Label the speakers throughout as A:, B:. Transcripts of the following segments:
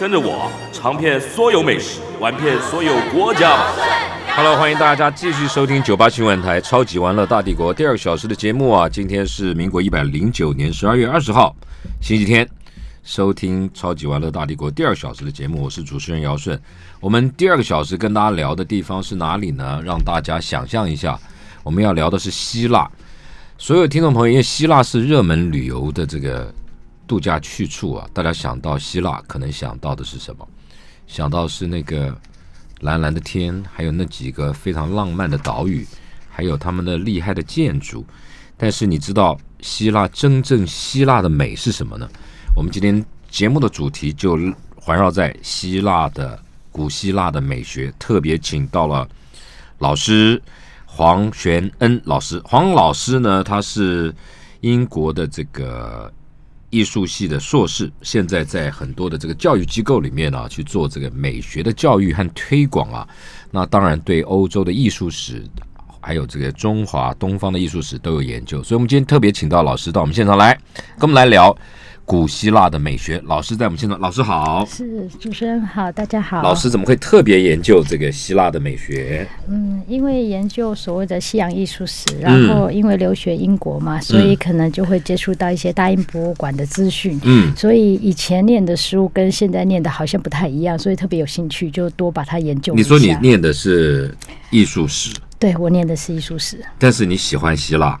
A: 跟着我尝遍所有美食，玩遍所有国家吧。
B: Hello，欢迎大家继续收听九八新闻台《超级玩乐大帝国》第二个小时的节目啊！今天是民国一百零九年十二月二十号，星期天，收听《超级玩乐大帝国》第二小时的节目，我是主持人姚顺。我们第二个小时跟大家聊的地方是哪里呢？让大家想象一下，我们要聊的是希腊。所有听众朋友，因为希腊是热门旅游的这个度假去处啊，大家想到希腊，可能想到的是什么？想到是那个蓝蓝的天，还有那几个非常浪漫的岛屿，还有他们的厉害的建筑。但是你知道希腊真正希腊的美是什么呢？我们今天节目的主题就环绕在希腊的古希腊的美学，特别请到了老师黄玄恩老师。黄老师呢，他是英国的这个艺术系的硕士，现在在很多的这个教育机构里面啊，去做这个美学的教育和推广啊。那当然，对欧洲的艺术史，还有这个中华东方的艺术史都有研究。所以，我们今天特别请到老师到我们现场来，跟我们来聊古希腊的美学。老师在我们现场，老师好。
C: 是主持人好，大家好。
B: 老师怎么会特别研究这个希腊的美学？
C: 嗯，因为研究所谓的西洋艺术史，然
B: 嗯
C: 后因为留学英国嘛，所以可能就会接触到一些大英博物馆的资讯。
B: 嗯
C: 所以以前念的书跟现在念的好像不太一样，所以特别有兴趣，就多把它研究一
B: 你
C: 下。
B: 说你念的是艺术史，
C: 对我念的是艺术史，
B: 但是你喜欢希腊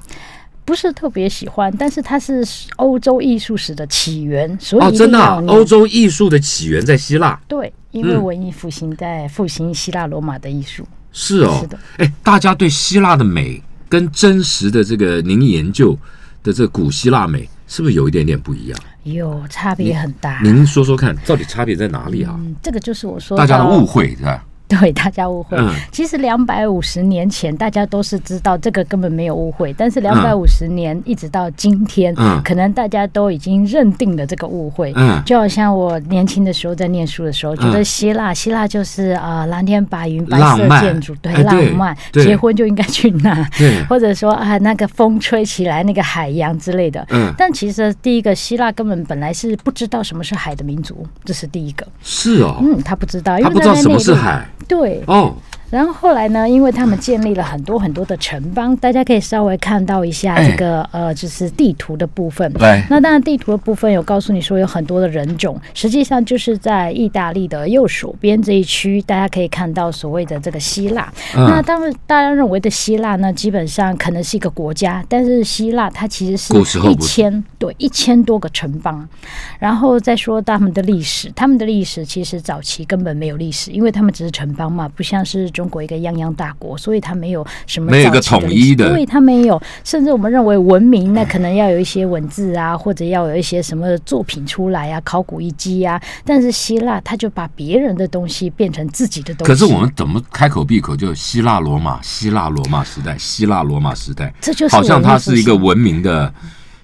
C: 不是特别喜欢，但是它是欧洲艺术史的起源，所以
B: 哦，
C: 一定
B: 真的啊、
C: 要念
B: 欧洲艺术的起源在希腊，
C: 对，因为
B: 嗯
C: 文艺复兴在复兴希腊罗马的艺术。
B: 是哦
C: 是的。
B: 哎，大家对希腊的美跟真实的这个您研究的这个古希腊美，是不是有一点点不一样？
C: 啊有差别
B: 嗯
C: 很大，
B: 您说说看，到底差别在哪里啊？
C: 嗯，这个就是我说
B: 大家的
C: 到
B: 误会是吧？
C: 对大家误会。
B: 嗯
C: 其实两百五十年前大家都是知道这个根本没有误会，但是两百
B: 嗯
C: 五十年一直到今天，
B: 嗯
C: 可能大家都已经认定了这个误会。
B: 嗯
C: 就好像我年轻的时候在念书的时候，觉得希腊，希腊就是啊、呃蓝天白云、白
B: 浪
C: 色
B: 漫
C: 建筑，对，
B: 哎对
C: 浪漫，
B: 对
C: 结婚就应该去那。
B: 对，
C: 或者说啊，那个风吹起来，那个海洋之类的。
B: 嗯
C: 但其实第一个，希腊根本本来是不知道什么是海的民族，这是第一个。
B: 是哦，
C: 嗯，他不知道，因
B: 他
C: 为
B: 不知道
C: 在
B: 什么
C: 内
B: 是
C: 陆。
B: 海
C: 对，
B: 哦，
C: 然后后来呢，因为他们建立了很多很多的城邦，大家可以稍微看到一下这个、呃，就是地图的部分。
B: 哎来
C: 那当然，地图的部分有告诉你说有很多的人种，实际上就是在意大利的右手边这一区，大家可以看到所谓的这个希腊。
B: 嗯
C: 那他们大家认为的希腊呢，基本上可能是一个国家，但是希腊它其实是
B: 古时候
C: 一
B: 不是
C: 千对一千多个城邦，然后再说他们的历史，他们的历史其实早期根本没有历史，因为他们只是城邦嘛，不像是中国一个泱泱大国，所以它没有什么
B: 没有一个
C: 早期
B: 统
C: 历史
B: 一的
C: 对它没有，甚至我们认为文明那可能要有一些文字啊，或者要有一些什么作品出来啊，考古遗迹啊，但是希腊它就把别人的东西变成自己的东西，
B: 可是我们怎么开口闭口就希腊罗马、希腊罗马时代、希腊罗马时代，
C: 这就是
B: 好像它是一个
C: 文明复兴
B: 文明的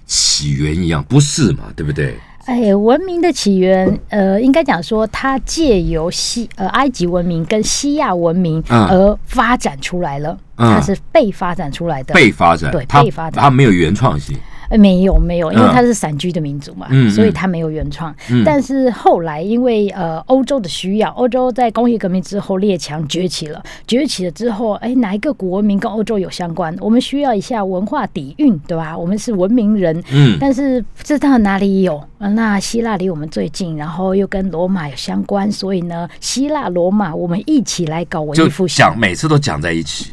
B: 起源一样，不是嘛？对不对？
C: 哎，文明的起源，呃，应该讲说它借由西呃埃及文明跟西亚文明
B: 嗯
C: 而发展出来了，
B: 嗯
C: 它是被发展出来的。
B: 被发展，
C: 对
B: 它
C: 被发展
B: 它没有原创性，
C: 呃没有没有，因为
B: 嗯
C: 它是散居的民族嘛，
B: 嗯嗯
C: 所以它没有原创。
B: 嗯
C: 但是后来因为呃欧洲的需要，欧洲在工业革命之后列强崛起了，崛起了之后，哎，哪一个古文明跟欧洲有相关？我们需要一下文化底蕴，对吧？我们是文明人，
B: 嗯
C: 但是不知道哪里有。呃那希腊离我们最近，然后又跟罗马有相关，所以呢，希腊罗马我们一起来搞文艺
B: 就
C: 复兴。
B: 讲每次都讲在一起，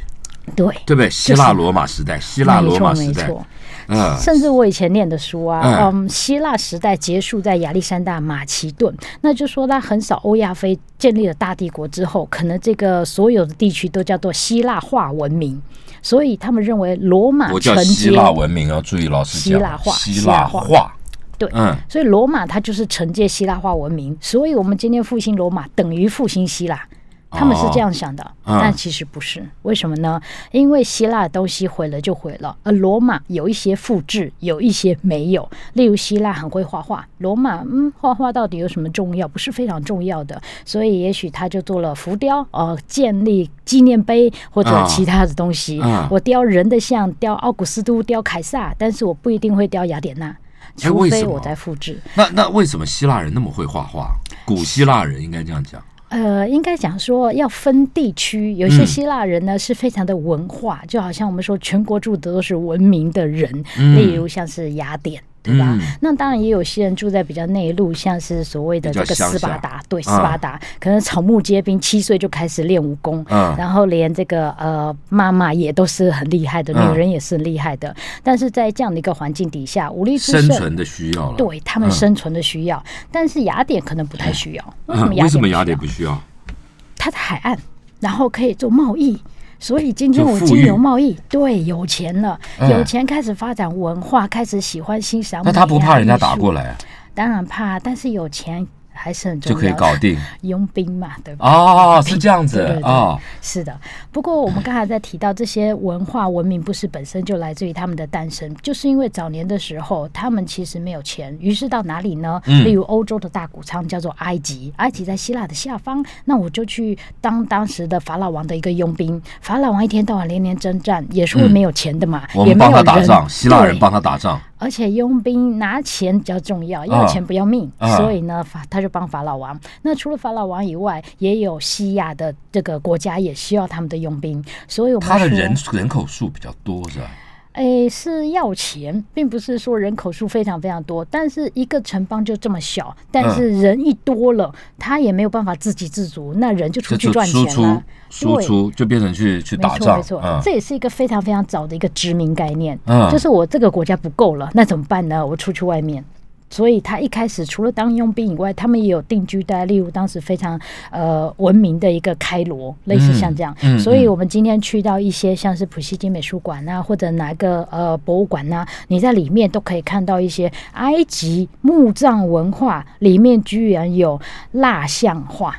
C: 对，
B: 对不对？希腊罗马时代、希腊
C: 没
B: 罗
C: 错
B: 马时
C: 没
B: 代，
C: 错。
B: 嗯，
C: 甚至我以前念的书啊，
B: 嗯
C: 嗯希腊时代结束在亚历山大马其顿，那就说他横扫欧亚非，建立了大帝国之后，可能这个所有的地区都叫做希腊化文明，所以他们认为罗马
B: 我叫
C: 承
B: 希
C: 接
B: 腊文明哦，注意老师讲
C: 啊希腊化
B: 希腊
C: 希
B: 化，
C: 对，
B: 嗯，
C: 所以罗马它就是承接希腊化文明，所以我们今天复兴罗马等于复兴希腊，他们是这样想的，
B: 嗯
C: 但其实不是。为什么呢？因为希腊的东西毁了就毁了，而罗马有一些复制，有一些没有。例如希腊很会画画，罗马嗯，画画到底有什么重要？不是非常重要的，所以也许他就做了浮雕，呃，建立纪念碑或者
B: 啊
C: 其他的东西。
B: 啊
C: 我雕人的像，雕奥古斯都，雕凯撒，但是我不一定会雕雅典娜，
B: 哎
C: 除
B: 为什
C: 非
B: 么
C: 我在复制。
B: 那那为什么希腊人那么会画画？古希腊人应该这样讲，
C: 呃，应该讲说要分地区，有一些
B: 嗯
C: 希腊人呢、是非常的文化，就好像我们说全国住的都是文明的人，
B: 嗯
C: 例如像是雅典。对吧？
B: 嗯
C: 那当然也有些人住在比较内陆，像是所谓的
B: 比
C: 这
B: 较
C: 个
B: 乡
C: 斯巴
B: 下
C: 达，对斯
B: 啊
C: 巴达，可能草木皆兵，七岁就开始练武功，
B: 嗯
C: 然后连这个呃妈妈也都是很厉害的，
B: 嗯
C: 女人也是很厉害的。但是在这样的一个环境底下，武力之
B: 生
C: 盛，
B: 存的需要了。
C: 对他们
B: 嗯
C: 生存的需要，但是雅典可能不太需要。为什么
B: 嗯，
C: 雅典
B: 为什么
C: 需
B: 雅
C: 要
B: 典不需要？
C: 它在海岸，然后可以做贸易。所以今天
B: 做
C: 我
B: 富
C: 金
B: 裕
C: 融贸易对有钱了，
B: 嗯
C: 有钱开始发展文化，开始喜欢欣赏。啊
B: 那他不怕人家打过？来，
C: 当然怕，但是有钱还是很重
B: 就
C: 要的。
B: 可以搞定
C: 佣兵嘛，对吧？
B: 哦，是这样子
C: 对对对
B: 哦，
C: 是的，不过我们刚才在提到这些文化文明，不是本身就来自于他们的诞生，就是因为早年的时候，他们其实没有钱，于是到哪里呢？
B: 嗯
C: 例如欧洲的大谷仓叫做埃及，埃及在希腊的下方，那我就去当当时的法老王的一个佣兵。法老王一天到晚连连征战，也是会没有钱的嘛，
B: 嗯我
C: 也
B: 们
C: 没
B: 帮
C: 有
B: 他
C: 人，
B: 打仗，希腊人
C: 对
B: 帮他打仗，
C: 而且佣兵拿钱比较重要，要钱不要命，
B: 啊
C: 所以呢，法他就帮法老王。那除了法老王以外，也有西亚的这个国家也需要他们的佣兵，所以我们
B: 他的
C: 说
B: 人人口数比较多是吧？
C: 诶，是要钱，并不是说人口数非常非常多，但是一个城邦就这么小，但
B: 嗯
C: 是人一多了，他也没有办法自给自足，那人就出
B: 这
C: 去
B: 就
C: 赚钱
B: 输
C: 了
B: 出。输
C: 对
B: 出就变成去去
C: 没
B: 打
C: 错，
B: 仗
C: 没错，，
B: 嗯
C: 这也是一个非常非常早的一个殖民概念，
B: 嗯
C: 就是我这个国家不够了，那怎么办呢？我出去外面。所以他一开始除了当佣兵以外，他们也有定居带，例如当时非常呃文明的一个开罗，类似像这样。
B: 嗯嗯
C: 所以我们今天去到一些像是普希金美术馆啊，或者哪个呃博物馆呐、你在里面都可以看到一些埃及墓葬文化，里面居然有蜡像画。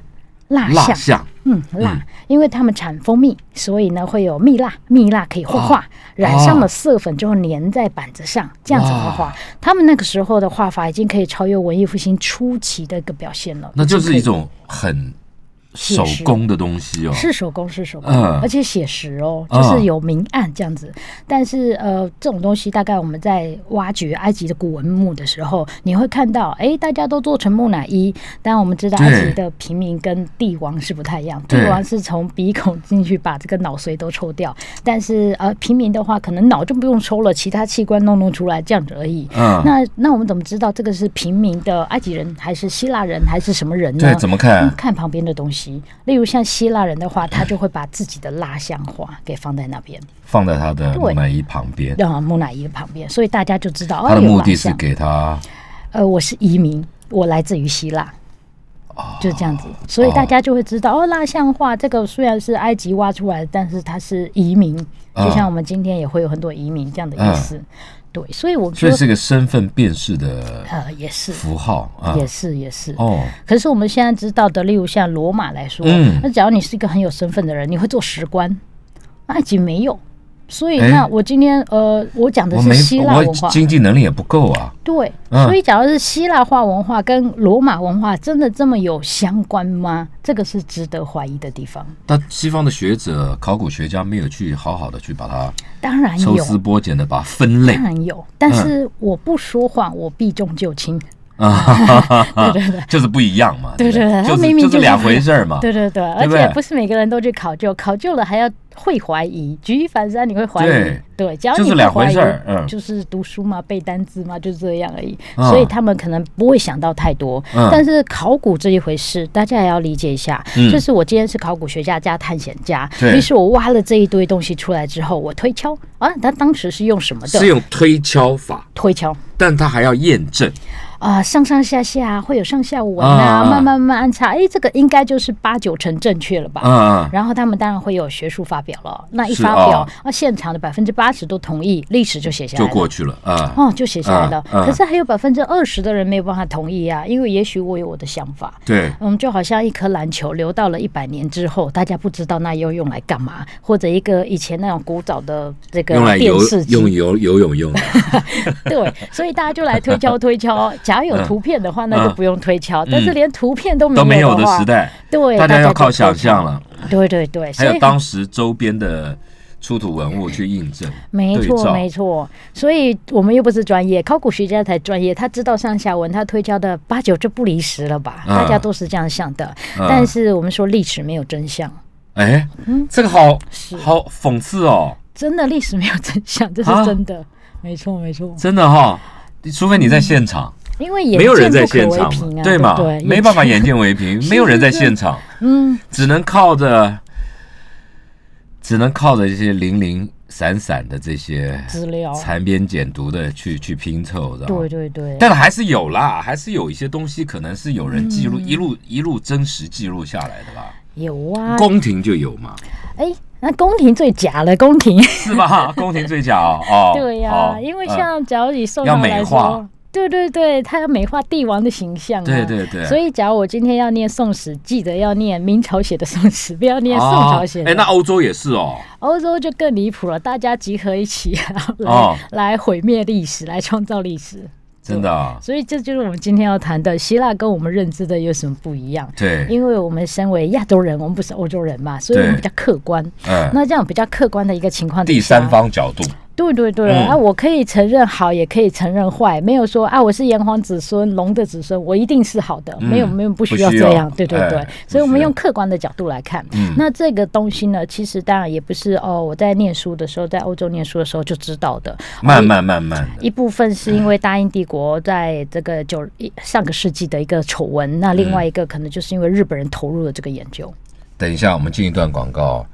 C: 蜡
B: 蜡像
C: 嗯，蜡，因为他们产蜂蜜，所以呢会有蜜蜡，蜜蜡可以画画，
B: 哦
C: 染上了色粉就会粘在板子上，这样子画
B: 哦
C: 画。他们那个时候的画法已经可以超越文艺复兴初期的一个表现了，
B: 那就
C: 已经
B: 是
C: 可以
B: 一种很
C: 写
B: 手
C: 实
B: 工的东西哦，
C: 是手工，是手工，
B: 嗯
C: 而且写实哦，
B: 嗯
C: 就是有明暗这样子。但是呃，这种东西大概我们在挖掘埃及的古文物的时候，你会看到，哎，大家都做成木乃伊，但我们知道
B: 对
C: 埃及的平民跟帝王是不太一样，帝
B: 对
C: 王是从鼻孔进去把这个脑髓都抽掉，但是呃，平民的话可能脑就不用抽了，其他器官弄弄出来这样子而已。
B: 嗯，
C: 那那我们怎么知道这个是平民的埃及人，还是希腊人，还是什么人呢？
B: 对，怎么
C: 嗯
B: 看？
C: 看旁边的东西，例如像希腊人的话，他就会把自己的蜡像画给放在那边，
B: 放在他的
C: 对
B: 木乃伊旁边，
C: 让木乃伊旁边，所以大家就知道哦，
B: 他的
C: 有
B: 目
C: 蜡
B: 的是
C: 像
B: 给他
C: 呃，我是移民，我来自于希腊。
B: 哦
C: 就这样子，所以大家就会知道哦，蜡像画这个虽然是埃及挖出来的，但是它是移民，
B: 啊
C: 就像我们今天也会有很多移民这样的意思。对，所以我
B: 嗯所
C: 觉
B: 以
C: 得
B: 是个身份辨识的
C: 呃，也是，
B: 符号啊。
C: 也是，也是。
B: 哦，
C: 可是我们现在知道的，例如像罗马来说，
B: 嗯
C: 那只要你是一个很有身份的人，你会做史官，埃及没有。所以，
B: 哎
C: 那我今天呃，我讲的
B: 我
C: 是
B: 没
C: 希腊
B: 我
C: 文化，
B: 经济能力也不够啊。
C: 对。
B: 嗯
C: 所以，假如是希腊化文化跟罗马文化真的这么有相关吗？这个是值得怀疑的地方。
B: 但西方的学者、考古学家没有去好好的去把它
C: 当然
B: 抽
C: 有，
B: 丝剥茧的把它分类
C: 当然有，但是我不说谎，我避重就轻。
B: 啊，
C: 对对对。
B: 就是不一样嘛，
C: 对
B: 不
C: 对对，
B: 就
C: 他
B: 是
C: 明明
B: 就是
C: 是
B: 两回事儿嘛。
C: 对对对，而
B: 啊对不对
C: 且不是每个人都去考究，考究了还要会怀疑，举一反三，你会怀疑。
B: 对
C: 对，只要
B: 就是
C: 你不
B: 两回
C: 怀疑
B: 事儿嗯
C: 就是读书嘛，背单词嘛，就这样而已。
B: 嗯
C: 所以他们可能不会想到太多。
B: 嗯
C: 但是考古这一回事，大家也要理解一下。
B: 嗯
C: 就是我今天是考古学家加探险家，
B: 对
C: 于是我挖了这一堆东西出来之后，我推敲啊，他当时是用什么的？
B: 用推敲法，
C: 推敲。
B: 但他还要验证。
C: 啊、上上下下会有上下文啊，
B: 啊
C: 慢慢慢慢安插，哎，这个应该就是八九成正确了吧？
B: 嗯
C: 然后他们当然会有学术发表了，那一
B: 是
C: 发表
B: 啊，
C: 那、现场的百分之八十都同意，历史就写下来
B: 就
C: 了。
B: 过去了啊。
C: 哦，就写下来了。
B: 嗯嗯
C: 可是还有百分之二十的人没有办法同意啊，因为也许我有我的想法。
B: 对，
C: 嗯，就好像一颗篮球留到了一百年之后，大家不知道那又用来干嘛，或者一个以前那种古早的这个
B: 用来游
C: 电视
B: 用
C: 机，
B: 游游泳用的，
C: 对，所以大家就来推敲推 敲。假如有图片的话，那就不用推敲；但是连图片都
B: 嗯都没
C: 没
B: 有的
C: 的话，
B: 时代，
C: 对，
B: 大家要靠
C: 就推敲
B: 想象了，
C: 对对对，所
B: 还
C: 以
B: 有当时周边的出土文物去印证，
C: 没
B: 对
C: 错，
B: 照
C: 没错，所以我们又不是专业，考古学家才专业，他知道上下文，他推敲的八九就不离十了吧？
B: 嗯
C: 大家都是这样想的。
B: 嗯
C: 但是我们说历史没有真相，
B: 哎，这个好
C: 是
B: 好讽刺哦，
C: 真的历史没有真相，这是
B: 啊
C: 真的。没错，没错，
B: 真的哈，除非你
C: 嗯
B: 在现场，
C: 因为眼
B: 没有人在
C: 见不可
B: 现
C: 为
B: 场
C: 凭
B: 嘛，
C: 啊，
B: 对
C: 对
B: 嘛
C: 不对，，
B: 没办法眼见为凭， 没有人在现场，
C: 嗯，
B: 只能靠着，只能靠着这些零零散散的这些
C: 资料，
B: 残编简读的去去拼凑，知道吗
C: 对对对，
B: 哦但还是有啦，还是有一些东西可能是有人记录、
C: 嗯
B: 一路一路真实记录下来的啦。
C: 有啊，
B: 宫廷就有嘛，
C: 哎，那宫廷最假了，宫廷。
B: 是吧？ 宫廷最假哦，哦
C: 对呀、
B: 好
C: 因为
B: 嗯
C: 像假如以宋
B: 要
C: 朝
B: 美
C: 来
B: 化
C: 说，对对对，他要美化帝王的形象、啊，
B: 对对对
C: 所以假如我今天要念《宋史》，记得要念明朝写的《宋史》， 不要念宋朝写
B: 哦
C: 的。
B: 哎，那欧洲也是哦，
C: 欧洲就更离谱了，大家集合一起、 啊、来、
B: 哦
C: 来毁灭历史，来创造历史。
B: 真的啊、
C: 所以这就是我们今天要谈的，希腊跟我们认知的有什么不一样？
B: 哦对，
C: 因为我们身为亚洲人，我们不是欧洲人嘛，所以我们
B: 对
C: 比较客观。
B: 嗯，
C: 那这样比较客观的一个情况，
B: 第三方角度，
C: 对对对，
B: 嗯
C: 啊，我可以承认好，也可以承认坏，没有说啊，我是炎黄子孙、龙的子孙，我一定是好的，
B: 嗯
C: 没有没有不需要
B: 不需
C: 这
B: 要
C: 样，对对
B: 哎
C: 对，
B: 不
C: 所以我们
B: 需要
C: 用客观的角度来看，
B: 嗯
C: 那这个东西呢，其实当然也不是哦，我在念书的时候，在欧洲念书的时候就知道的，
B: 慢慢慢慢的，
C: 一部分是因为大英帝国在这个九一上个世纪的一个丑闻，那另
B: 嗯
C: 外一个可能就是因为日本人投入了这个研究，
B: 等一下，我们进一段广告。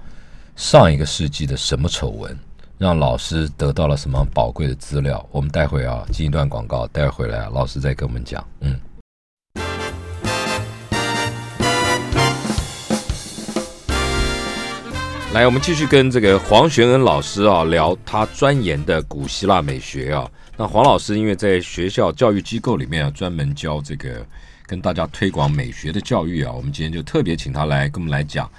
B: 上一个世纪的什么丑闻，让老师得到了什么宝贵的资料？我们待会啊，进一段广告，待会回来啊老师再跟我们讲。嗯。来，我们继续跟这个黄玄恩老师啊聊他钻研的古希腊美学啊。那黄老师因为在学校教育机构里面啊，专门教这个跟大家推广美学的教育啊，我们今天就特别请他来跟我们来讲啊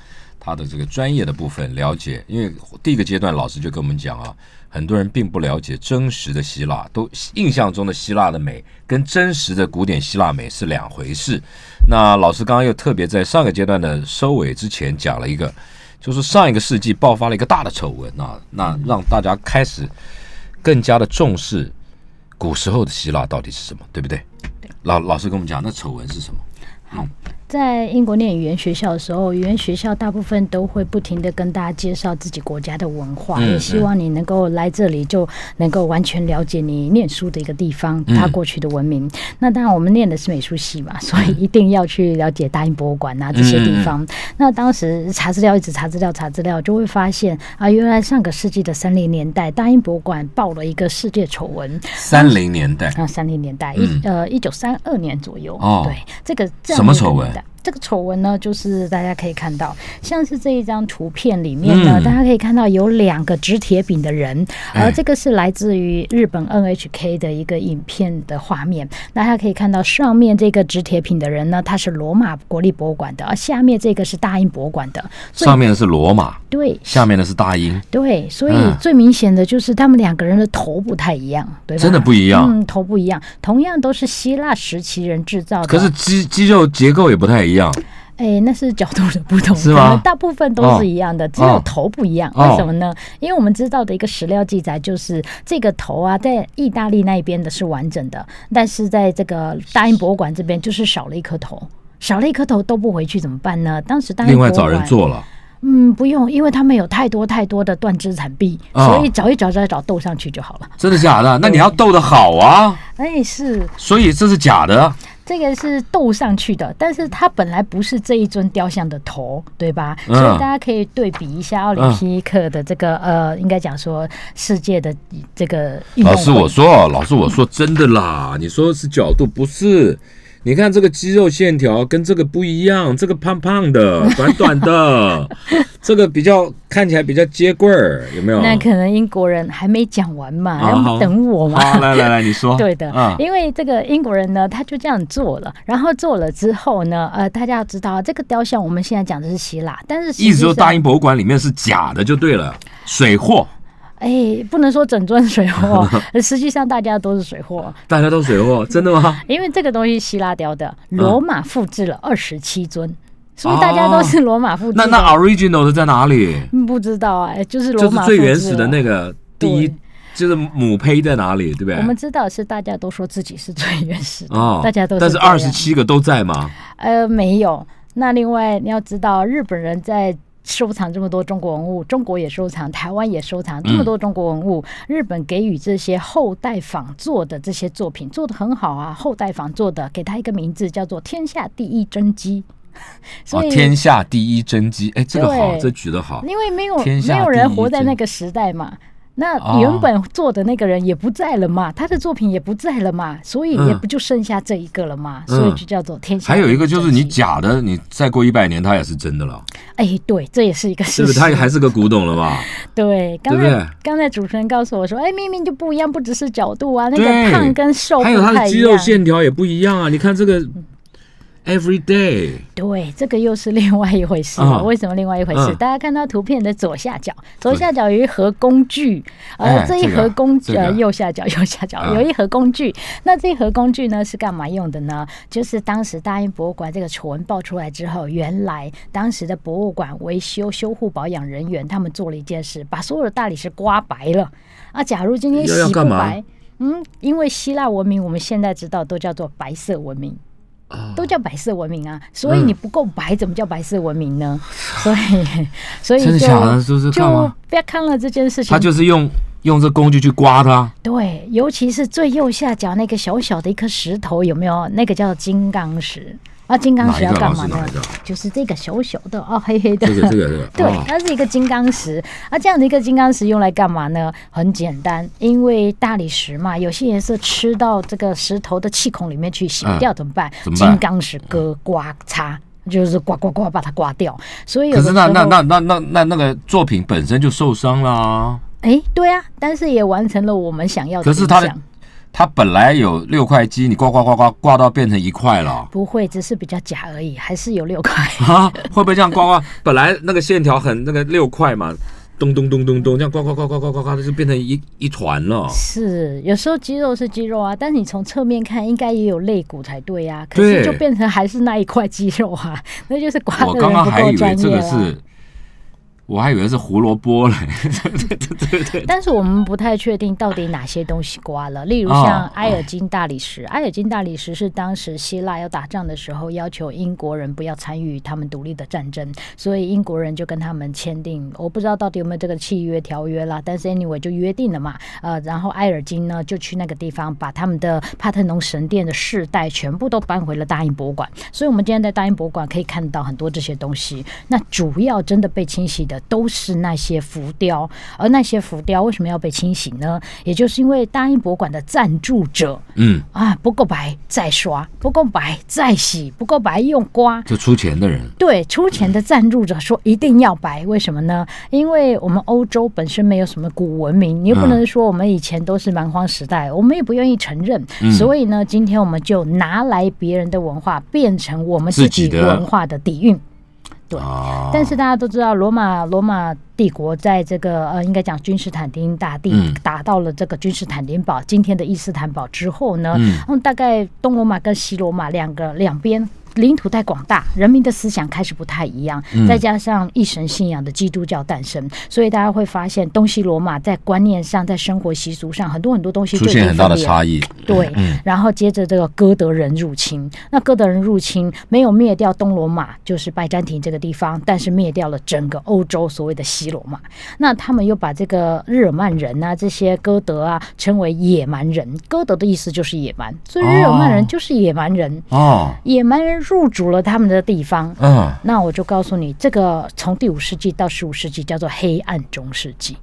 B: 他的这个专业的部分了解。因为第一个阶段老师就跟我们讲啊，很多人并不了解真实的希腊，都印象中的希腊的美跟真实的古典希腊美是两回事。那老师刚刚又特别在上个阶段的收尾之前讲了一个。就是上一个世纪爆发了一个大的丑闻啊，那让大家开始更加的重视古时候的希腊到底是什么，对不对？老老师跟我们讲，那丑闻是什么？
C: 在英国念语言学校的时候，语言学校大部分都会不停的跟大家介绍自己国家的文化，
B: 嗯
C: 也希望你能够来这里就能够完全了解你念书的一个地方，它过去的文明。那当然，我们念的是美术系嘛，所以一定要去了解大英博物馆啊这些地方。那当时查资料，一直查资料，查资料，就会发现啊，原来上个世纪的三零年代，大英博物馆爆了一个世界丑闻，
B: 三零年代
C: 然后三零年代一、
B: 嗯
C: 呃一九三二年左右，
B: 哦
C: 对这个这样
B: 什么
C: 的一个
B: 丑闻
C: 年代？这个丑闻呢，就是大家可以看到，像是这一张图片里面呢，
B: 嗯哎
C: 大家可以看到有两个执铁饼的人，而这个是来自于日本 NHK 的一个影片的画面。大家可以看到上面这个执铁饼的人呢，他是罗马国立博物馆的，而下面这个是大英博物馆的。所以
B: 上面的是罗马，
C: 对
B: 下面的是大英，
C: 对，所以
B: 嗯
C: 最明显的就是他们两个人的头不太一样，对吧？
B: 真的不一样
C: 嗯，头不一样，同样都是希腊时期人制造的。
B: 可是，肌肌肉结构也不太一样。
C: 哎，那是角度的不同，
B: 是吗
C: 可能大部分都是一样的，只有
B: 哦
C: 头不一样。
B: 哦
C: 为什么呢？因为我们知道的一个史料记载就是，这个头啊，在意大利那边的是完整的，但是在这个大英博物馆这边就是少了一颗头。少了一颗头都不回去怎么办呢？当时大英
B: 另
C: 博物
B: 外
C: 馆
B: 找人做了，
C: 嗯，不用，因为他们有太多太多的断肢残臂，
B: 哦
C: 所以找一找找一找斗上去就好了。
B: 真的假的？那你要斗得好啊，
C: 哎，是，
B: 所以这是假的。
C: 这个是斗上去的，但是它本来不是这一尊雕像的头，对吧？
B: 嗯
C: 所以大家可以对比一下奥林匹克的这个、呃，应该讲说世界的这个运动
B: 老
C: 会。
B: 师，我说，老师，我说真的啦，你说是角度不是？你看这个肌肉线条跟这个不一样，这个胖胖的、短短的， 这个比较看起来比较接棍儿，有没有？
C: 那可能英国人还没讲完嘛，
B: 啊好
C: 要等我嘛。
B: 好，来来来，你说。
C: 对的，
B: 啊，
C: 因为这个英国人呢，他就这样做了，然后做了之后呢，呃，大家要知道，这个雕像我们现在讲的是希腊，但是
B: 意
C: 实
B: 思
C: 际
B: 说
C: 上，
B: 大英博物馆里面是假的就对了，水货，
C: 哎，不能说整尊水 货，实际上大家都是水货，
B: 大家都水货，真的吗？
C: 因为这个东西希腊雕的，
B: 嗯
C: 罗马复制了二十七尊，所以大家都是罗马复制
B: 那
C: 的。
B: 啊那啊 original 的在哪里？
C: 嗯不知道啊，哎就是罗
B: 就是
C: 马
B: 最
C: 复
B: 原
C: 制
B: 始的
C: 了
B: 那个第一
C: 对，
B: 就是母胚在哪里，对不对？
C: 我们知道是大家都说自己是最原始的，
B: 哦，
C: 大家都
B: 但是
C: 这样
B: 二十七个都在吗？
C: 呃，没有。那另外你要知道，日本人在收藏这么多中国文物，中国也收藏，台湾也收藏这么多中国文物。
B: 嗯
C: 日本给予这些后代仿作的这些作品，做的很好啊。后代仿作的，给它一个名字叫做“天下第一真 迹”。
B: 哦
C: 所，以，
B: 天下第一真机，哎，这个好，
C: 对
B: 这举得好。
C: 因为没有
B: 天下
C: 没有
B: 第
C: 人
B: 一
C: 活在
B: 真
C: 那个时代嘛。
B: 哦
C: 那原本做的那个人也不在了嘛，他的作品也不在了嘛，所以也
B: 嗯
C: 不就剩下这一个了嘛，所以
B: 嗯
C: 就叫做天下。
B: 还有一个就是你，假的，你再过一百年它也是真的了，
C: 哎，对，这也是一个
B: 是
C: 事
B: 不
C: 实。
B: 是？它还是个古董了 吧？
C: 对，刚
B: 对不对
C: 才刚才主持人告诉我说，哎，明明就不一样，不只是角度啊，那
B: 对
C: 个胖跟瘦不
B: 还有它
C: 太
B: 的
C: 一
B: 肌肉
C: 样。
B: 线条也不一样啊！你看这个 every day，
C: 对，这个又是另外一回事了。啊
B: 嗯
C: 为什么另外一回事？
B: 嗯
C: 大家看到图片的左下角，左下角有一盒工具，
B: 哎
C: 呃，这一
B: 这个
C: 盒工具、
B: 这个
C: 呃右下角 右下角
B: 嗯
C: 有一盒工具。那这一盒工具呢是干嘛用的呢？就是当时大英博物馆这个丑闻爆出来之后，原来当时的博物馆维修修护保养人员他们做了一件事，把所有的大理石刮白了。啊，假如今天
B: 要要
C: 洗不
B: 干嘛
C: 白，嗯，因为希腊文明我们现在知道都叫做白色文明。都叫白色文明啊，所
B: 嗯
C: 以你不够白，怎么叫白色文明呢？所以， 所以
B: 真的
C: 就
B: 假的这是干
C: 就
B: 嘛
C: 不要看了这件事情
B: 它。就是用用这工具去刮它。
C: 对，尤其是最右下角那个小小的一颗石头，有没有？那个叫金刚石啊，金刚石要干
B: 哪
C: 嘛呢
B: 一个老师哪一个？
C: 就是这个小小的哦，黑黑的。
B: 这个这个这个，
C: 对
B: 哦，
C: 它是一个金刚石。啊，这样的一个金刚石用来干嘛呢？很简单，因为大理石嘛，有些颜色吃到这个石头的气孔里面去，洗不掉怎么办？
B: 啊怎么办
C: 金刚石割、刮、擦，就是刮刮刮把它刮掉。所以有
B: 可
C: 的
B: 是那
C: 时
B: 那
C: 候
B: 那那那那那个作品本身就受伤啦。
C: 哎，对啊，但是也完成了我们想要的
B: 可
C: 理
B: 是
C: 想。
B: 它的它本来有六块肌，你刮刮刮刮刮到变成一块了。
C: 不会，只是比较假而已，还是有六块。
B: 啊，会不会这样刮刮？本来那个线条很那个六块嘛，咚咚咚咚咚，这样刮刮刮刮刮刮刮，它就变成一一团了。
C: 是，有时候肌肉是肌肉啊，但是你从侧面看，应该也有肋骨才对啊。可
B: 对
C: 是就变成还是那一块肌肉啊， 那就是刮
B: 我
C: 的人
B: 刚刚
C: 不
B: 还
C: 够
B: 以为
C: 专
B: 这
C: 业啊
B: 个
C: 了。
B: 是，我还以为是胡萝卜嘞。
C: 但是我们不太确定到底哪些东西刮了，
B: 啊
C: 例如像埃尔金大理石。埃尔金大理石是当时希腊要打仗的时候，要求英国人不要参与他们独立的战争，所以英国人就跟他们签订，我不知道到底有没有这个契约条约啦，但是 anyway 就约定了嘛。呃，然后埃尔金呢就去那个地方把他们的帕特农神殿的世代全部都搬回了大英博物馆，所以我们今天在大英博物馆可以看到很多这些东西。那主要真的被清洗的都是那些浮雕，而那些浮雕为什么要被清洗呢？也就是因为大英博物馆的赞助者
B: 嗯，
C: 啊不够白再刷，不够白再洗，不够白用刮，
B: 就出钱的人，
C: 对，出钱的赞助者说一定要白，为什么呢？因为我们欧洲本身没有什么古文明，你又不能说我们以前都是蛮荒时代，我们也不愿意承认，所以呢，今天我们就拿来别人的文化，变成我们
B: 自
C: 自
B: 己
C: 己
B: 的
C: 文化的底蕴。对
B: 啊
C: 但是大家都知道，罗马罗马帝国在这个呃，应该讲君士坦丁大帝、
B: 嗯
C: 打到了这个君士坦丁堡，今天的伊斯坦堡之后呢，
B: 嗯
C: 嗯，大概东罗马跟西罗马两个两边。领土太广大，人民的思想开始不太一样，
B: 嗯
C: 再加上一神信仰的基督教诞生，所以大家会发现东西罗马在观念上、在生活习俗上很多很多东西
B: 出现很大的
C: 异。
B: 差异。
C: 对，
B: 嗯
C: 然后接着这个哥德人入侵，那哥德人入侵没有灭掉东罗马，就是拜占庭这个地方，但是灭掉了整个欧洲所谓的西罗马。那他们又把这个日耳曼人啊，这些哥德啊，称为野蛮人。哥德的意思就是野蛮，所以日耳曼人就是野蛮人。
B: 哦，
C: 野蛮人入主了他们的地方，
B: 嗯，
C: 那我就告诉你，这个从第五世纪到十五世纪叫做黑暗中世纪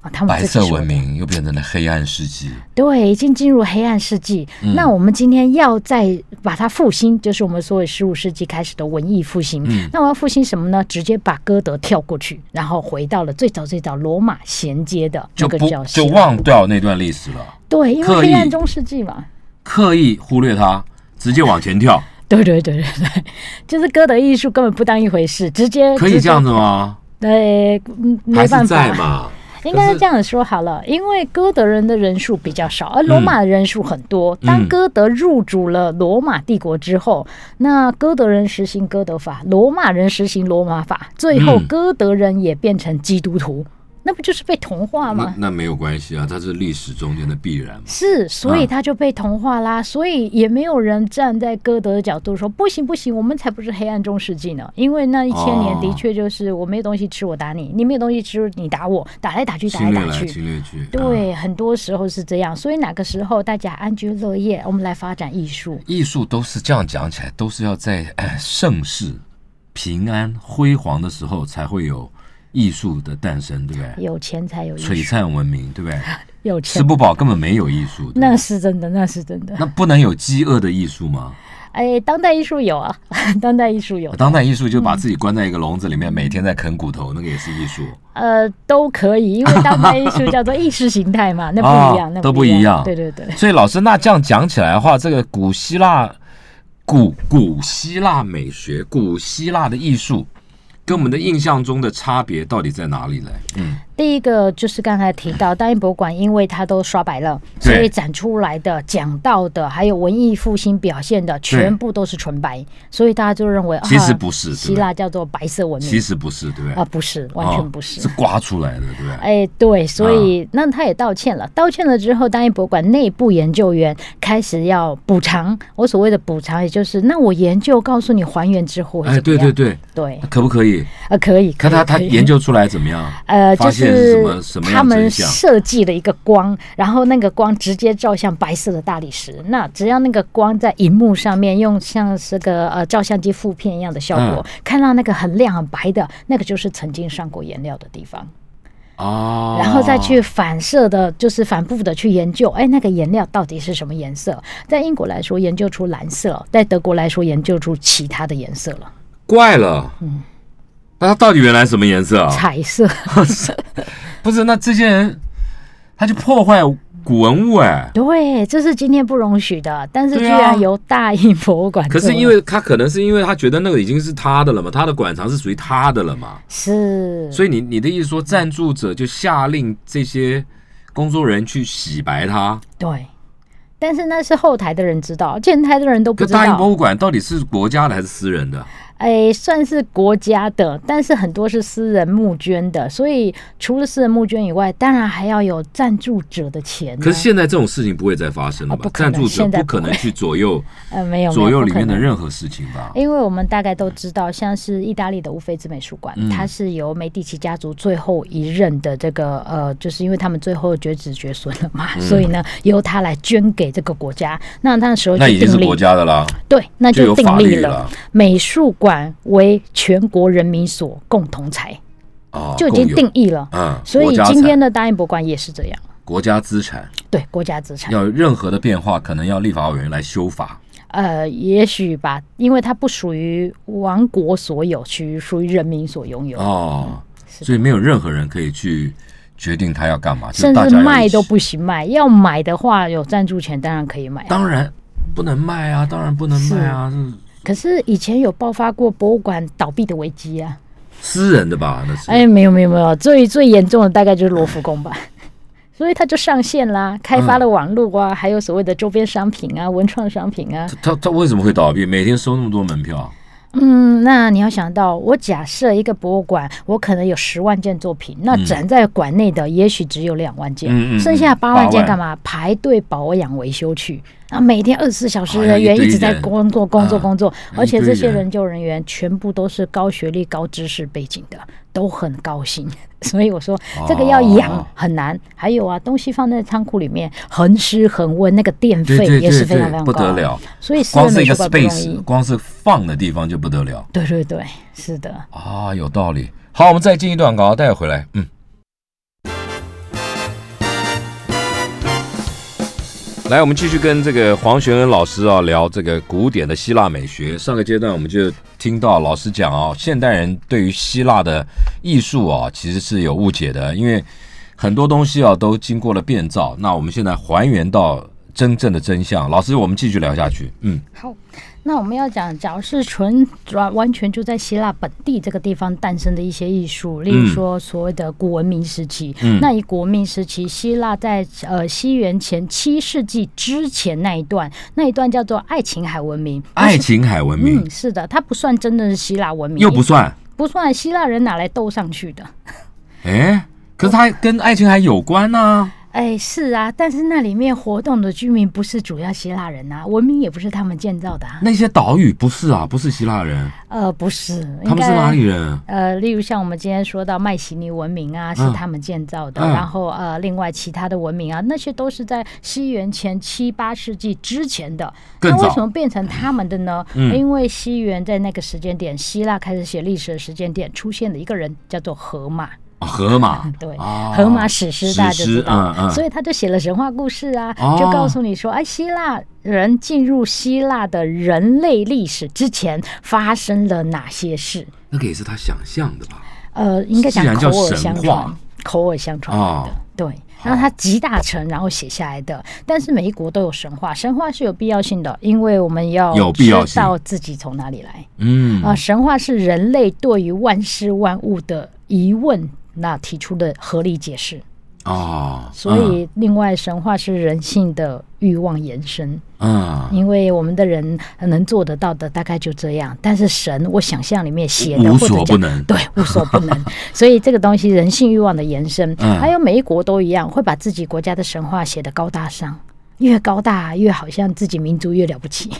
C: 啊，他们
B: 白
C: 自己
B: 色
C: 说的
B: 文明又变成了黑暗世纪。
C: 对，已经进入黑暗世纪。
B: 嗯
C: 那我们今天要再把它复兴，就是我们所谓十五世纪开始的文艺复兴。
B: 嗯
C: 那我要复兴什么呢？直接把歌德跳过去，然后回到了最早最早罗马衔接的
B: 就
C: 那个
B: 不
C: 叫希
B: 就
C: 腊
B: 忘掉那段历史了，
C: 对，因为
B: 刻
C: 黑
B: 意
C: 暗中世纪嘛。
B: 刻意忽略它，直接往前跳，
C: 对对对对对，就是歌德艺术根本不当一回事，直接
B: 可以这样子？吗？
C: 直接对，嗯没
B: 还
C: 办
B: 是
C: 法
B: 在， 嘛？
C: 应该
B: 可
C: 是
B: 是
C: 这样说好了，因为哥德人的人数比较少，而
B: 嗯
C: 罗马的人数很多。当哥德入主了罗马帝国之后，那哥德人实行哥德法，罗马人实行罗马法，最后
B: 嗯
C: 哥德人也变成基督徒，那不就是被同化吗
B: 那？那没有关系啊，它是历史中间的必然嘛。
C: 是，所
B: 啊
C: 以他就被同化啦，所以也没有人站在歌德的角度说不行不行，我们才不是黑暗中世纪呢，因为那一千年
B: 哦
C: 的确就是我没有东西吃我打你，你没有东西吃你打我，打来打去打
B: 侵
C: 来
B: 略
C: 打
B: 来
C: 去，
B: 侵略去，嗯
C: 对，很多时候是这样，所以哪个时候大家安居乐业，我们来发展艺术。
B: 艺术都是这样讲起来，都是要在哎盛世、平安、辉煌的时候才会有艺术的诞生，对不对？
C: 有钱才有艺
B: 璀
C: 术，
B: 璨文明，对不对？
C: 有
B: 吃
C: 钱
B: 不饱根本没有艺术，对不对
C: 那是真的，那是真的。
B: 那不能有饥饿的艺术吗？
C: 哎，当代艺术有啊， 当代艺术有，
B: 当代艺术就把自己关在一个笼子里面，每天在啃骨头，那个也是艺术。
C: 呃，都可以，因为当代艺术叫做意识形 态嘛，那
B: 哦
C: 不一样，那
B: 都不
C: 不
B: 一样
C: 对对对，
B: 所以老师，那这样讲起来的话，这个古希腊、古古希腊美学、古希腊的艺术，跟我们的印象中的差别到底在哪里呢？嗯，
C: 第一个就是刚才提到大英博物馆，因为它都刷白了，
B: 对
C: 所以展出来的、讲到的，还有文艺复兴表现的，全部都是纯白，所以大家就认为
B: 其实
C: 啊
B: 不是对
C: 希
B: 吧
C: 腊叫做白色文明，
B: 其实不是，对不对？
C: 啊，不是，嗯完全不是。
B: 哦是哦刮出来的，对不对？
C: 哎，对，所以、那他也道歉了。道歉了之后，大英博物馆内部研究员开始要补偿。我所谓的补偿，也就是那我研究告诉你还原之后会
B: 哎，
C: 怎
B: 对
C: 么样，
B: 对对，
C: 对，
B: 可不可以？
C: 呃，可以。
B: 看
C: 可以
B: 他他
C: 可以
B: 研究出来怎么样？
C: 呃，就
B: 发现是什
C: 是
B: 么什么
C: 他
B: 样的
C: 们
B: 真相？
C: 设计了一个光，然后那个光直接照向白色的大理石。那只要那个光在荧幕上面用像是个呃照相机负片一样的效果，
B: 嗯
C: 看到那个很亮很白的，那个就是曾经上过颜料的地方。
B: 哦，
C: 然后再去反射的，就是反复的去研究，哎，那个颜料到底是什么颜色？在英国来说，研究出蓝色；在德国来说，研究出其他的颜色了，
B: 怪了，
C: 嗯
B: 那它到底原来什么颜色啊？
C: 彩 色。
B: 不是，那这些人他就破坏古文物哎。
C: 对，这是今天不容许的，但是居
B: 对啊
C: 然由大英博物馆
B: 可
C: 做了、
B: 是因为他可能是因为他觉得那个已经是他的了嘛，他的馆藏是属于他的了嘛，
C: 是，
B: 所以你你的意思说赞助者就下令这些工作人员去洗白他？
C: 对。但是那是后台的人知道，前台的人都不
B: 可
C: 知
B: 大英博
C: 道。
B: 物馆到底是国家的还是私人的？
C: 哎，算是国家的，但是很多是私人募捐的，所以除了私人募捐以外，当然还要有赞助者的钱、啊。
B: 可是现在这种事情不会再发生了
C: 哦
B: 吧
C: 不？可
B: 赞
C: 能
B: 助者
C: 现在
B: 不
C: 不
B: 可能去左右
C: 呃，没有没有
B: 左右
C: 不
B: 里
C: 可
B: 面的
C: 能
B: 任何事情吧？
C: 因为我们大概都知道，像是意大利的乌菲兹美术馆，
B: 嗯
C: 它是由梅第奇家族最后一任的这个呃，就是因为他们最后绝子绝孙了
B: 嗯
C: 嘛，所以呢，由他来捐给这个国家。那那时候就
B: 那已经是
C: 定立
B: 国家的啦，
C: 对，那
B: 就有
C: 哎就定
B: 法律
C: 立
B: 了
C: 美术馆为全国人民所共同财，
B: 哦，
C: 就已
B: 共
C: 经
B: 有
C: 定义了。
B: 嗯，
C: 所
B: 国
C: 以
B: 家
C: 今天
B: 产
C: 的大英博物馆也是这样，
B: 国家资产
C: 对国家资产。
B: 要有任何的变化，可能要立法委员来修法。
C: 呃，也许吧，因为它不属于王国所有，属属于人民所拥有。
B: 哦，
C: 是
B: 所以没有任何人可以去决定他要干嘛，就
C: 甚
B: 大
C: 至
B: 家要一起
C: 卖都。不行卖，要买的话有赞助钱当然可以买。啊
B: 当然不能卖啊，当然不能卖啊，是
C: 可是以前有爆发过博物馆倒闭的危机啊！哎
B: 私人的吧？那是。
C: 哎，没有没有没有，最最严重的大概就是罗浮宫吧。 所以它就上线啦，开
B: 嗯
C: 发了网络啊，还有所谓的周边商品啊、文创商品啊。
B: 他他他为什么会倒闭？每天收那么多门票，
C: 嗯，那你要想到，我假设一个博物馆，我可能有十万件作品，那展在馆内的也许只有两万件，
B: 嗯嗯嗯嗯
C: 剩下八万
B: 八
C: 件
B: 万
C: 干嘛？排队保养维修去。啊，每天二十四小时
B: 哎呀
C: 人员
B: 一堆
C: 一直在
B: 人
C: 工作、工作、
B: 啊
C: 工作，
B: 一
C: 而且
B: 堆
C: 这些
B: 人
C: 人救人员全部都是高学历、高知识背景的，都很高薪。 所以我说，这个要
B: 哦
C: 养很难。还有啊，东西放在仓库里面，恒湿恒温，那个电
B: 对
C: 费
B: 对
C: 也
B: 对
C: 是非常非
B: 对，
C: 常
B: 不
C: 高，啊
B: 得。了。
C: 所以私
B: 光
C: 人
B: 是
C: 美
B: 一个
C: 术馆不容
B: space，
C: 易。
B: 光是放的地方就不得了
C: 对对对，是的。
B: 啊，有道理。好，我们再进一段广告，待会回来。嗯，来，我们继续跟这个黄玄恩老师啊聊这个古典的希腊美学。上个阶段我们就听到老师讲啊，现代人对于希腊的艺术啊其实是有误解的，因为很多东西啊都经过了变造。那我们现在还原到真正的真相，老师，我们继续聊下去。嗯，
C: 好，那我们要讲，假如是纯完完全就在希腊本地这个地方诞生的一些艺术，例如说所谓的古文明时期。
B: 嗯
C: 那以古文明时期，希腊在呃西元前七世纪之前那一段，那一段叫做爱琴海文明。
B: 爱琴海文明、
C: 嗯，是的，它不算真正的希腊文明，
B: 又不算。
C: 不算希腊人哪来斗上去的？
B: 哎，可是它跟爱琴海有关呐、
C: 哎，是啊，但是那里面活动的居民不是主要希腊人啊，文明也不是他们建造的啊。
B: 那些岛屿不是啊，不是希腊人，
C: 呃，不是，
B: 他们是
C: 应该
B: 哪里人？
C: 呃，例如像我们今天说到麦锡尼文明啊，是
B: 嗯
C: 他们建造的，
B: 嗯
C: 然后呃，另外其他的文明啊，那些都是在西元前七八世纪之前的。
B: 更
C: 那为
B: 早
C: 什么变成他们的呢？
B: 嗯
C: 因为西元在那个时间点，希腊开始写历史的时间点，出现了一个人叫做荷马。
B: 啊荷 马
C: 对，
B: 啊
C: 荷马史诗大家就
B: 史
C: 知
B: 诗嗯
C: 道，
B: 嗯
C: 所以他就写了神话故事啊，
B: 哦
C: 就告诉你说，哎，希腊人进入希腊的人类历史之前发生了哪些事？
B: 那个也是他想象的吧？
C: 呃，应该讲
B: 既然叫
C: 口耳
B: 神
C: 相
B: 话
C: 传，口耳相传来的。
B: 哦
C: 对，然后他集大成，然后写下来的。但是每一国都有神话，神话是有必要性的，因为我们要
B: 有必要性
C: 知道自己从哪里来
B: 嗯
C: 啊、神话是人类对于万事万物的疑问，那提出的合理解释。
B: 哦，
C: 所以，另外神话是人性的欲望延伸，
B: 嗯，嗯
C: 因为我们的人呃能做得到的大概就这样，但是神，我想象里面写的
B: 无
C: 或者
B: 所
C: 讲
B: 不能
C: 对，无所不能。 所以这个东西，人性欲望的延伸，
B: 嗯
C: 还有每一国都一样，会把自己国家的神话写得高大上，越高大越好像自己民族越了不起，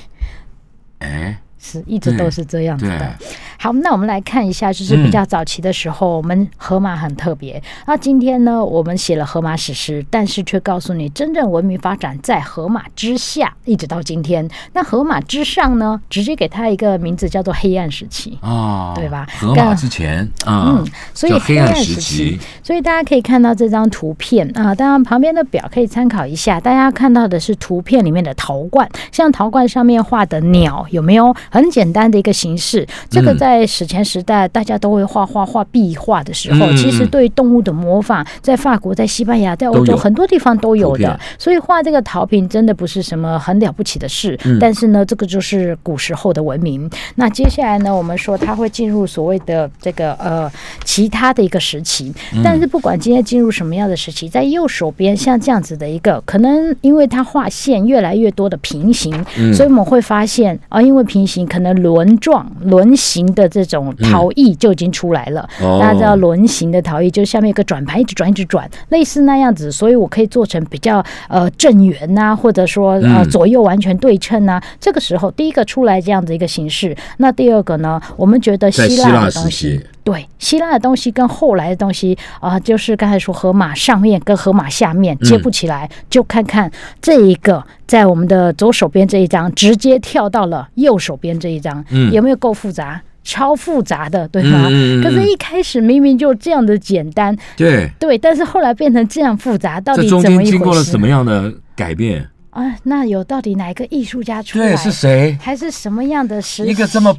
B: 哎，
C: 是一直都是这样子
B: 对
C: 的。好，那我们来看一下，就是比较早期的时候，我们荷马很特别。那今天呢，我们写了荷马史诗，但是却告诉你，真正文明发展在荷马之下，一直到今天。那荷马之上呢，直接给它一个名字叫做黑暗时期。
B: 啊，
C: 对吧
B: 荷马之前啊，
C: 嗯所以
B: 叫
C: 黑
B: 黑
C: 暗
B: 暗
C: 时
B: 时
C: 期
B: 期，
C: 所以大家可以看到这张图片啊，当然旁边的表可以参考一下。大家看到的是图片里面的陶罐，像陶罐上面画的鸟，有没有很简单的一个形式？这个
B: 嗯
C: 在史前时代大家都会画画画壁画的时候，
B: 嗯嗯嗯
C: 其实对动物的模仿，在法国、在西班牙、在欧
B: 都
C: 洲
B: 有
C: 很多地方都有
B: 图
C: 的
B: 片。
C: 所以画这个陶瓶真的不是什么很了不起的事，但是呢，这个就是古时候的文明。那接下来呢，我们说它会进入所谓的这个呃其他的一个时期，但是不管今天进入什么样的时期，在右手边像这样子的一个，可能因为它画线越来越多的平行，所以我们会发现啊、因为平行可能轮状轮形的这种陶艺就已经出来了。
B: 哦
C: 大家知道轮形的陶艺，就是下面有个转盘，一直转，一直转，类似那样子，所以我可以做成比较呃正圆呐、或者说呃
B: 嗯
C: 左右完全对称呐、这个时候，第一个出来这样子一个形式，那第二个呢，我们觉得
B: 在
C: 希
B: 希
C: 腊
B: 腊
C: 的
B: 时
C: 东西
B: 期，
C: 对希腊的东西跟后来的东西啊、就是刚才说河马上面跟河马下面
B: 嗯
C: 接不起来，就看看这一个在我们的左手边这一张直接跳到了右手边这一张，
B: 嗯
C: 有没有够复杂？超复杂的，对吗？
B: 嗯嗯嗯嗯
C: 可是，一开始明明就这样的简单，
B: 对，
C: 对，但是后来变成这样复杂，到
B: 这
C: 底
B: 中
C: 怎么
B: 间
C: 一
B: 经过
C: 回
B: 了
C: 事
B: 什么样的改变？
C: 啊？那有到底哪一个艺术家出来
B: 对，？是谁？
C: 还是什么样的时
B: 一个这么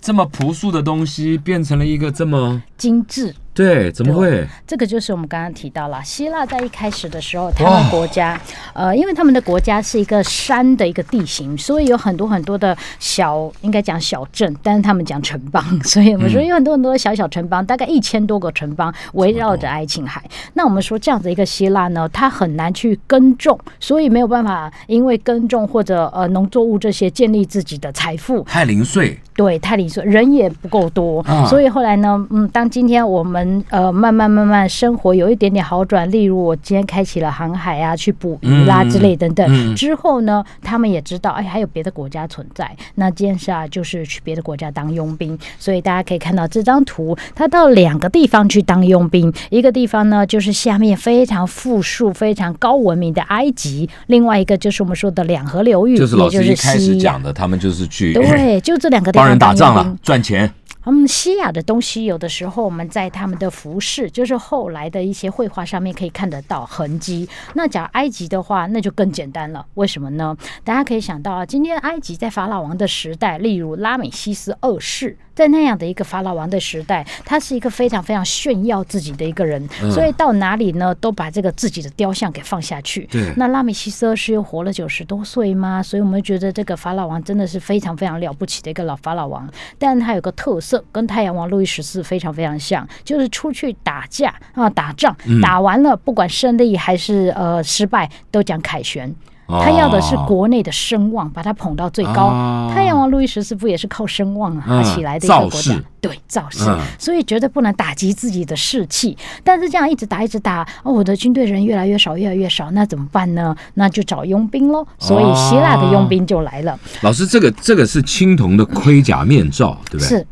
B: 这么朴素的东西，变成了一个这么
C: 精致？
B: 对，怎么会？
C: 这个就是我们刚刚提到了，希腊在一开始的时候，他们国家，呃，因为他们的国家是一个山的一个地形，所以有很多很多的小，应该讲小镇，但是他们讲城邦， 所以我们说有很多很多的小小城邦，大概一千多个城邦围绕着爱琴海。那我们说这样子一个希腊呢，它很难去耕种，所以没有办法因为耕种或者呃农作物这些建立自己的财富，
B: 太零碎，
C: 对，太理所人也不够多，
B: 啊
C: 所以后来呢，嗯，当今天我们呃慢慢慢慢生活有一点点好转，例如我今天开启了航海啊，去捕鱼啦、
B: 嗯
C: 之类等等、
B: 嗯
C: 之后呢，他们也知道，哎，还有别的国家存在，那这件事啊，就是去别的国家当佣兵，所以大家可以看到这张图，他到两个地方去当佣兵，一个地方呢就是下面非常富庶、非常高文明的埃及，另外一个就是我们说的两河流域，
B: 就是老
C: 嗯
B: 师
C: 也就
B: 一
C: 是
B: 开始
C: 西亚
B: 讲。的，他们就是去哎
C: 对，就这两个地
B: 帮
C: 方
B: 人打
C: 当
B: 仗
C: 佣兵
B: 了，。赚钱。
C: 嗯，西亚的东西有的时候我们在他们的服饰，就是后来的一些绘画上面可以看得到痕迹。那讲埃及的话，那就更简单了。为什么呢？大家可以想到啊，今天埃及在法老王的时代，例如拉美西斯二世，在那样的一个法老王的时代，他是一个非常非常炫耀自己的一个人，所以到哪里呢，都把这个自己的雕像给放下去。
B: 对
C: 那拉美西斯二世又活了九十多岁吗？所以我们觉得这个法老王真的是非常非常了不起的一个老法老王，但他有个特色，跟太阳王路易十四非常非常像，就是出去打架啊，打仗，打完了不管胜利还是呃失败，都讲凯旋。
B: 哦
C: 他要的是国内的声望，把他捧到最高。
B: 哦
C: 太阳王路易十四不也是靠声望啊、
B: 嗯
C: 起来的一个
B: 造
C: 国
B: 势
C: 家？对，造势，
B: 嗯
C: 所以绝对不能打击自己的士气。但是这样一直打，一直打，哦，我的军队人越来越少，越来越少，那怎么办呢？那就找佣兵喽。所以希腊
B: 哦
C: 的佣兵就来了，
B: 老师，这个这个是青铜的盔甲面罩，对不对？。
C: 是。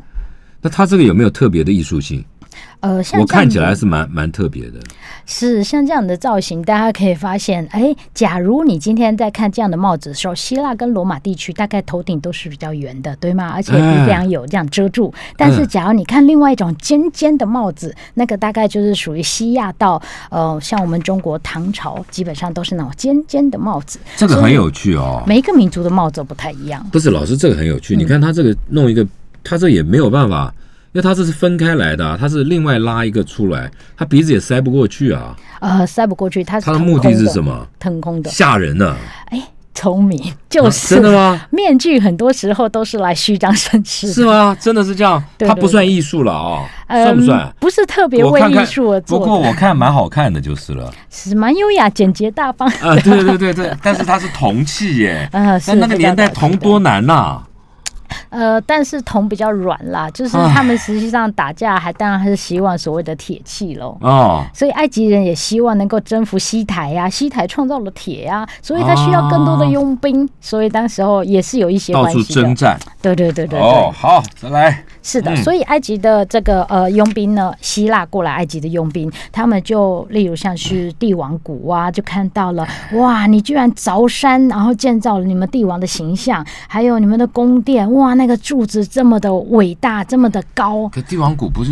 B: 那它这个有没有特别的艺术性？
C: 呃，像
B: 我
C: 这样
B: 看起来
C: 子
B: 是蛮蛮特别的。
C: 是像这样的造型，大家可以发现，哎，假如你今天在看这样的帽子的时候，希腊跟罗马地区大概头顶都是比较圆的，对吗？而且
B: 嗯
C: 鼻梁有这样遮住。但是，假如你看另外一种尖尖的帽子，那个大概就是属于西亚到呃，像我们中国唐朝，基本上都是那种尖尖的帽子。
B: 这个
C: 所
B: 很
C: 以嗯
B: 有趣哦。
C: 每一个民族的帽子都不太一样。
B: 不是老师，这个很有趣。你看他这个弄一个，他这也没有办法，因为他这是分开来的啊，他是另外拉一个出来，他鼻子也塞不过去啊。
C: 呃，塞不过去，它是
B: 他的
C: 腾
B: 目的
C: 空
B: 是
C: 的
B: 什？么？
C: 腾空的，
B: 吓人呢、
C: 哎，聪明，就是、
B: 啊真的吗？
C: 面具很多时候都是来虚张声势的。
B: 是吗？真的是这样？
C: 对
B: 他不
C: 对
B: 算艺术了啊、
C: 嗯
B: 算不算？
C: 不是特别
B: 我
C: 为
B: 看
C: 艺
B: 看
C: 术而，
B: 不
C: 做的，
B: 过我看蛮好看的就是 了。
C: 是蛮优雅、简洁、大方。
B: 啊，对对对对，但是它是铜器耶。
C: 呃，是
B: 但那个
C: 非
B: 年
C: 常
B: 代
C: 了不起
B: 铜
C: 的
B: 多难呐、
C: 呃，但是铜比较软啦，就是
B: 啊
C: 他们实际上打架还当然还是希望所谓的铁器喽。
B: 哦，
C: 所以埃及人也希望能够征服西台呀、西台创造了铁呀、所以他需要更多的
B: 啊
C: 佣兵，所以当时候也是有一些
B: 到
C: 关
B: 处
C: 系
B: 征
C: 的。
B: 战。
C: 对对对对对，
B: 哦，好，再来。
C: 是的，
B: 嗯
C: 所以埃及的这个呃佣兵呢，希腊过来埃及的佣兵，他们就例如像是帝王谷啊，就看到了哇，你居然凿山，然后建造了你们帝王的形象，还有你们的宫殿，哇，那个柱子这么的伟大，这么的高，
B: 可帝王谷不是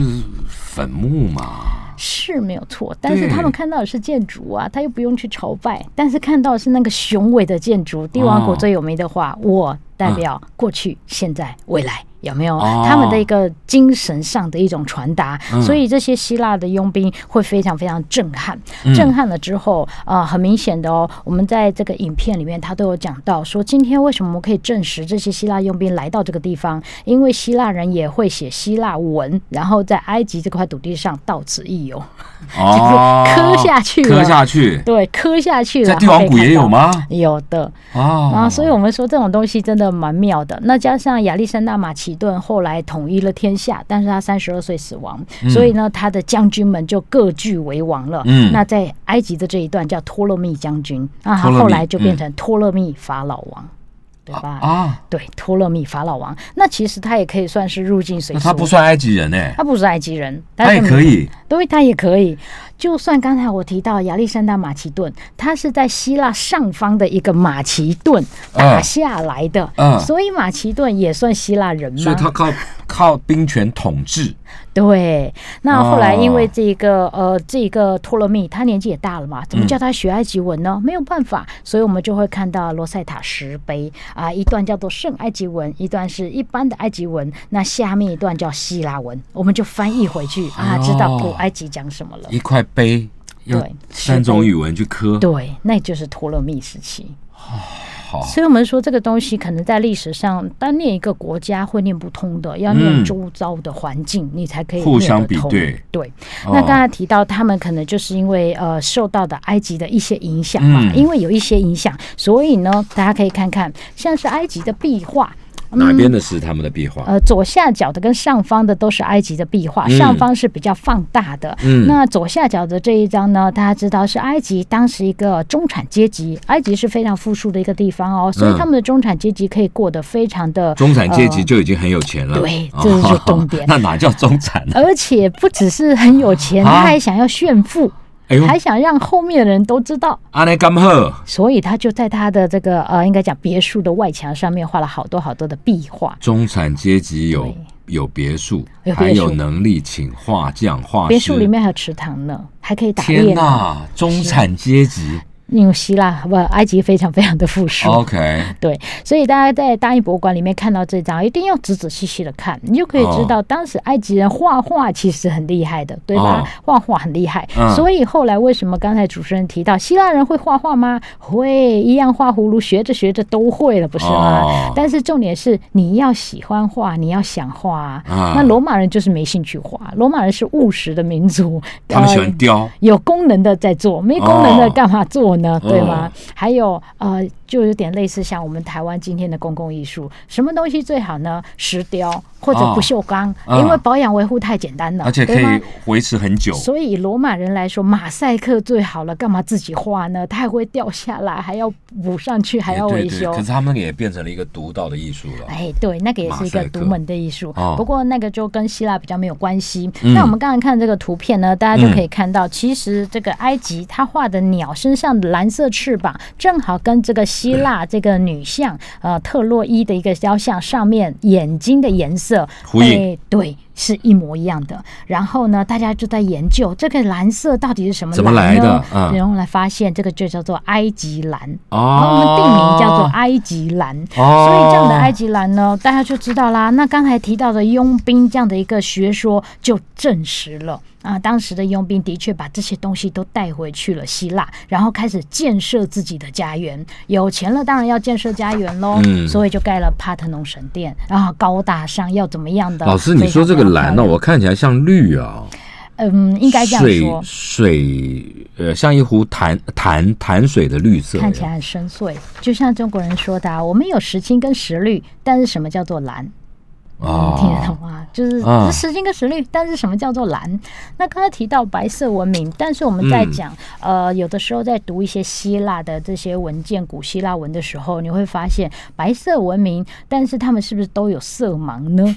B: 坟墓 吗？
C: 是没有错，但是
B: 对
C: 他们看到的是建筑啊，他又不用去朝拜，但是看到的是那个雄伟的建筑。帝王谷
B: 哦
C: 最有名的话，我代表过去、现在、未来。有没有
B: 哦
C: 他们的一个精神上的一种传达？
B: 嗯
C: 所以这些希腊的佣兵会非常非常震撼，
B: 嗯
C: 震撼了之后，呃，很明显的哦，我们在这个影片里面，他都有讲到说，今天为什么我们可以证实这些希腊佣兵来到这个地方，因为希腊人也会写希腊文，然后在埃及这块土地上到此一游。
B: 哦，
C: 就是磕下去了
B: 磕下去，
C: 对，啊磕下去了。
B: 在帝王谷也有吗？
C: 有的
B: 哦，
C: 啊，所以我们说这种东西真的蛮妙的。那加上亚历山大马其顿后来统一了天下，但是他三十二岁死亡，所以呢，他的将军们就各据为王了。
B: 嗯
C: 那在埃及的这一段叫托勒密将军，那他
B: 托勒密嗯
C: 后来就变成托勒密法老王，对吧？
B: 啊，
C: 对，托勒密法老王，那其实他也可以算是入境随
B: 那
C: 俗。
B: 他不算埃及人哎，
C: 他不是埃及人，
B: 他也
C: 是
B: 可以
C: 对，他也可以。就算刚才我提到亚历山大马其顿，它是在希腊上方的一个马其顿打下来的，
B: 嗯
C: 所以马其顿也算希腊人吗？
B: 所以他
C: 啊
B: 靠靠兵权统治，
C: 对，那后来因为
B: 哦
C: 这个、呃，这个托勒密他年纪也大了嘛，怎么叫他学埃及文呢？没有办法，所以我们就会看到罗塞塔石碑啊、一段叫做圣埃及文，一段是一般的埃及文，那下面一段叫希腊文，我们就翻译回去啊，知道古埃及讲什么了。
B: 一块碑要
C: 对
B: 三种语文去磕，
C: 对，那就是托勒密时期。
B: 嗯好
C: 所以我们说这个东西可能在历史上单念一个国家会念不通的，要念
B: 嗯
C: 周遭的环境，你才可以
B: 互相
C: 念得
B: 比
C: 通
B: 对。
C: 对，
B: 哦
C: 那刚才提到他们可能就是因为呃受到的埃及的一些影响嘛，
B: 嗯
C: 因为有一些影响，所以呢，大家可以看看像是埃及的壁画。
B: 哪
C: 嗯
B: 边的是他们的壁画？
C: 呃，左下角的跟上方的都是埃及的壁画，
B: 嗯
C: 上方是比较放大的。
B: 嗯
C: 那左下角的这一张呢，大家知道是埃及当时一个中产阶级，埃及是非常富庶的一个地方哦，所以
B: 嗯
C: 他们的中产阶级可以过得非常的
B: 中产阶级
C: 呃
B: 就已经很有钱了，哦
C: 对这就是重点
B: 那哪叫中产呢？
C: 呃而且不只是很有钱，
B: 啊
C: 他还想要炫富，
B: 哎呦，
C: 呃还想让后面的人都知道。
B: 阿内甘赫，
C: 所以他就在他的这个呃，应该讲别墅的外墙上面画了好多好多的壁画。
B: 中产阶级有
C: 对
B: 有别墅，
C: 有别墅
B: 还有能力请画匠、画师。
C: 别墅里面还有池塘呢，还可以打猎
B: 天
C: 呢。
B: 哪，中产阶级
C: 因为希腊不埃及非常非常的富
B: 哦
C: 庶。
B: ，OK，
C: 对，所以大家在大英博物馆里面看到这张，一定要仔仔细细的看，你就可以知
B: 哦
C: 道当时埃及人画画其实很厉害的，对吧？
B: 哦
C: 画画很厉害，
B: 嗯
C: 所以后来为什么刚才主持人提到希腊人会画画吗？会，一样画葫芦，学着学着都会了，不是吗？
B: 哦
C: 但是重点是你要喜欢画，你要想画啊。
B: 啊
C: 那罗马人就是没兴趣画，罗马人是务实的民族，
B: 他们喜
C: 呃
B: 欢雕，
C: 有功能的在做，没功能的
B: 哦
C: 干嘛做呢？
B: 嗯
C: 对吗？还有呃，就有点类似像我们台湾今天的公共艺术，什么东西最好呢？石雕或者
B: 哦
C: 不锈钢，
B: 嗯
C: 因为保养维护太简单了，
B: 而且可
C: 呃对吗
B: 以维持很久。
C: 所以以罗马人来说，马赛克最好了，干嘛自己画呢？它还会掉下来，还要补上去，还
B: 哎
C: 要维
B: 对对，
C: 修
B: 可。是他们也变成了一个独到的艺术了。
C: 哎，对，那个也是一
B: 马
C: 个
B: 赛克
C: 独门的艺术，
B: 哦
C: 不过那个就跟希腊比较没有关系。
B: 嗯
C: 那我们刚才看这个图片呢，大家就可以看到，其实这个埃及它画的鸟身上的蓝色翅膀，正好跟这个希腊这个女像呃特洛伊的一个雕像上面眼睛的颜色
B: 呼应
C: 哎对，是一模一样的。然后呢，大家就在研究这个蓝色到底是什么
B: 怎么
C: 蓝
B: 来的
C: 呢
B: 嗯
C: 然后来发现这个就叫做埃及蓝。然后我们
B: 哦，
C: 定名叫做埃及蓝。
B: 哦
C: 所以这样的埃及蓝呢，大家就知道啦。那刚才提到的佣兵这样的一个学说就证实了啊，当时的佣兵的确把这些东西都带回去了希腊，然后开始建设自己的家园。有钱了当然要建设家园喽，
B: 嗯
C: 所以就盖了帕特农神殿啊，高大上要怎么样的？
B: 老师，你说这个蓝呢、
C: 非常非常漂亮
B: 我看起来像绿啊，
C: 嗯，应该这样说，
B: 水水呃，像一壶潭潭潭水的绿色，
C: 看起来很深邃，就像中国人说的、啊，我们有石青跟石绿，但是什么叫做蓝？
B: 啊，
C: 听得懂吗？就是
B: 啊
C: 这时间跟时率，但是什么叫做蓝？那刚才提到白色文明，但是我们在讲、
B: 嗯
C: 呃，有的时候在读一些希腊的这些文件、古希腊文的时候，你会发现白色文明，但是他们是不是都有色盲呢？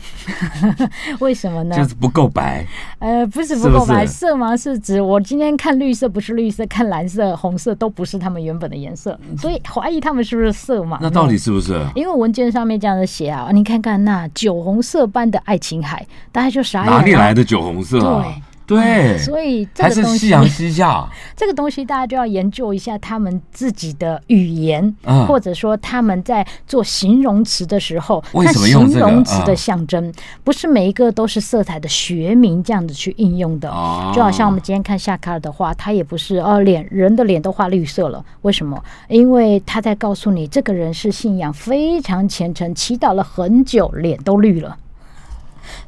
C: 为什么呢？
B: 就是不够白，
C: 呃，不是
B: 是
C: 不
B: 不
C: 够白，
B: 是
C: 色盲是指我今天看绿色不是绿色，看蓝色、红色都不是他们原本的颜色，所以怀疑他们是不是色盲呢？
B: 那到底是不是？
C: 因为文件上面这样子写啊，你看看那酒红色般的爱琴海，大家就傻眼了。
B: 哪里来的酒红色啊？对，
C: 哎所以这
B: 还
C: 个
B: 是
C: 东
B: 夕
C: 西，
B: 阳西下，
C: 这个东西大家就要研究一下他们自己的语言，
B: 嗯
C: 或者说他们在做形容词的时候，
B: 为
C: 那
B: 什么用
C: 形
B: 这个
C: 容词的
B: 嗯
C: 象征，不是每一个都是色彩的学名这样子去应用的。
B: 哦
C: 就好像我们今天看夏卡尔的画，他也不是哦，脸人的脸都画绿色了，为什么？因为他在告诉你，这个人是信仰非常虔诚，祈祷了很久，脸都绿了。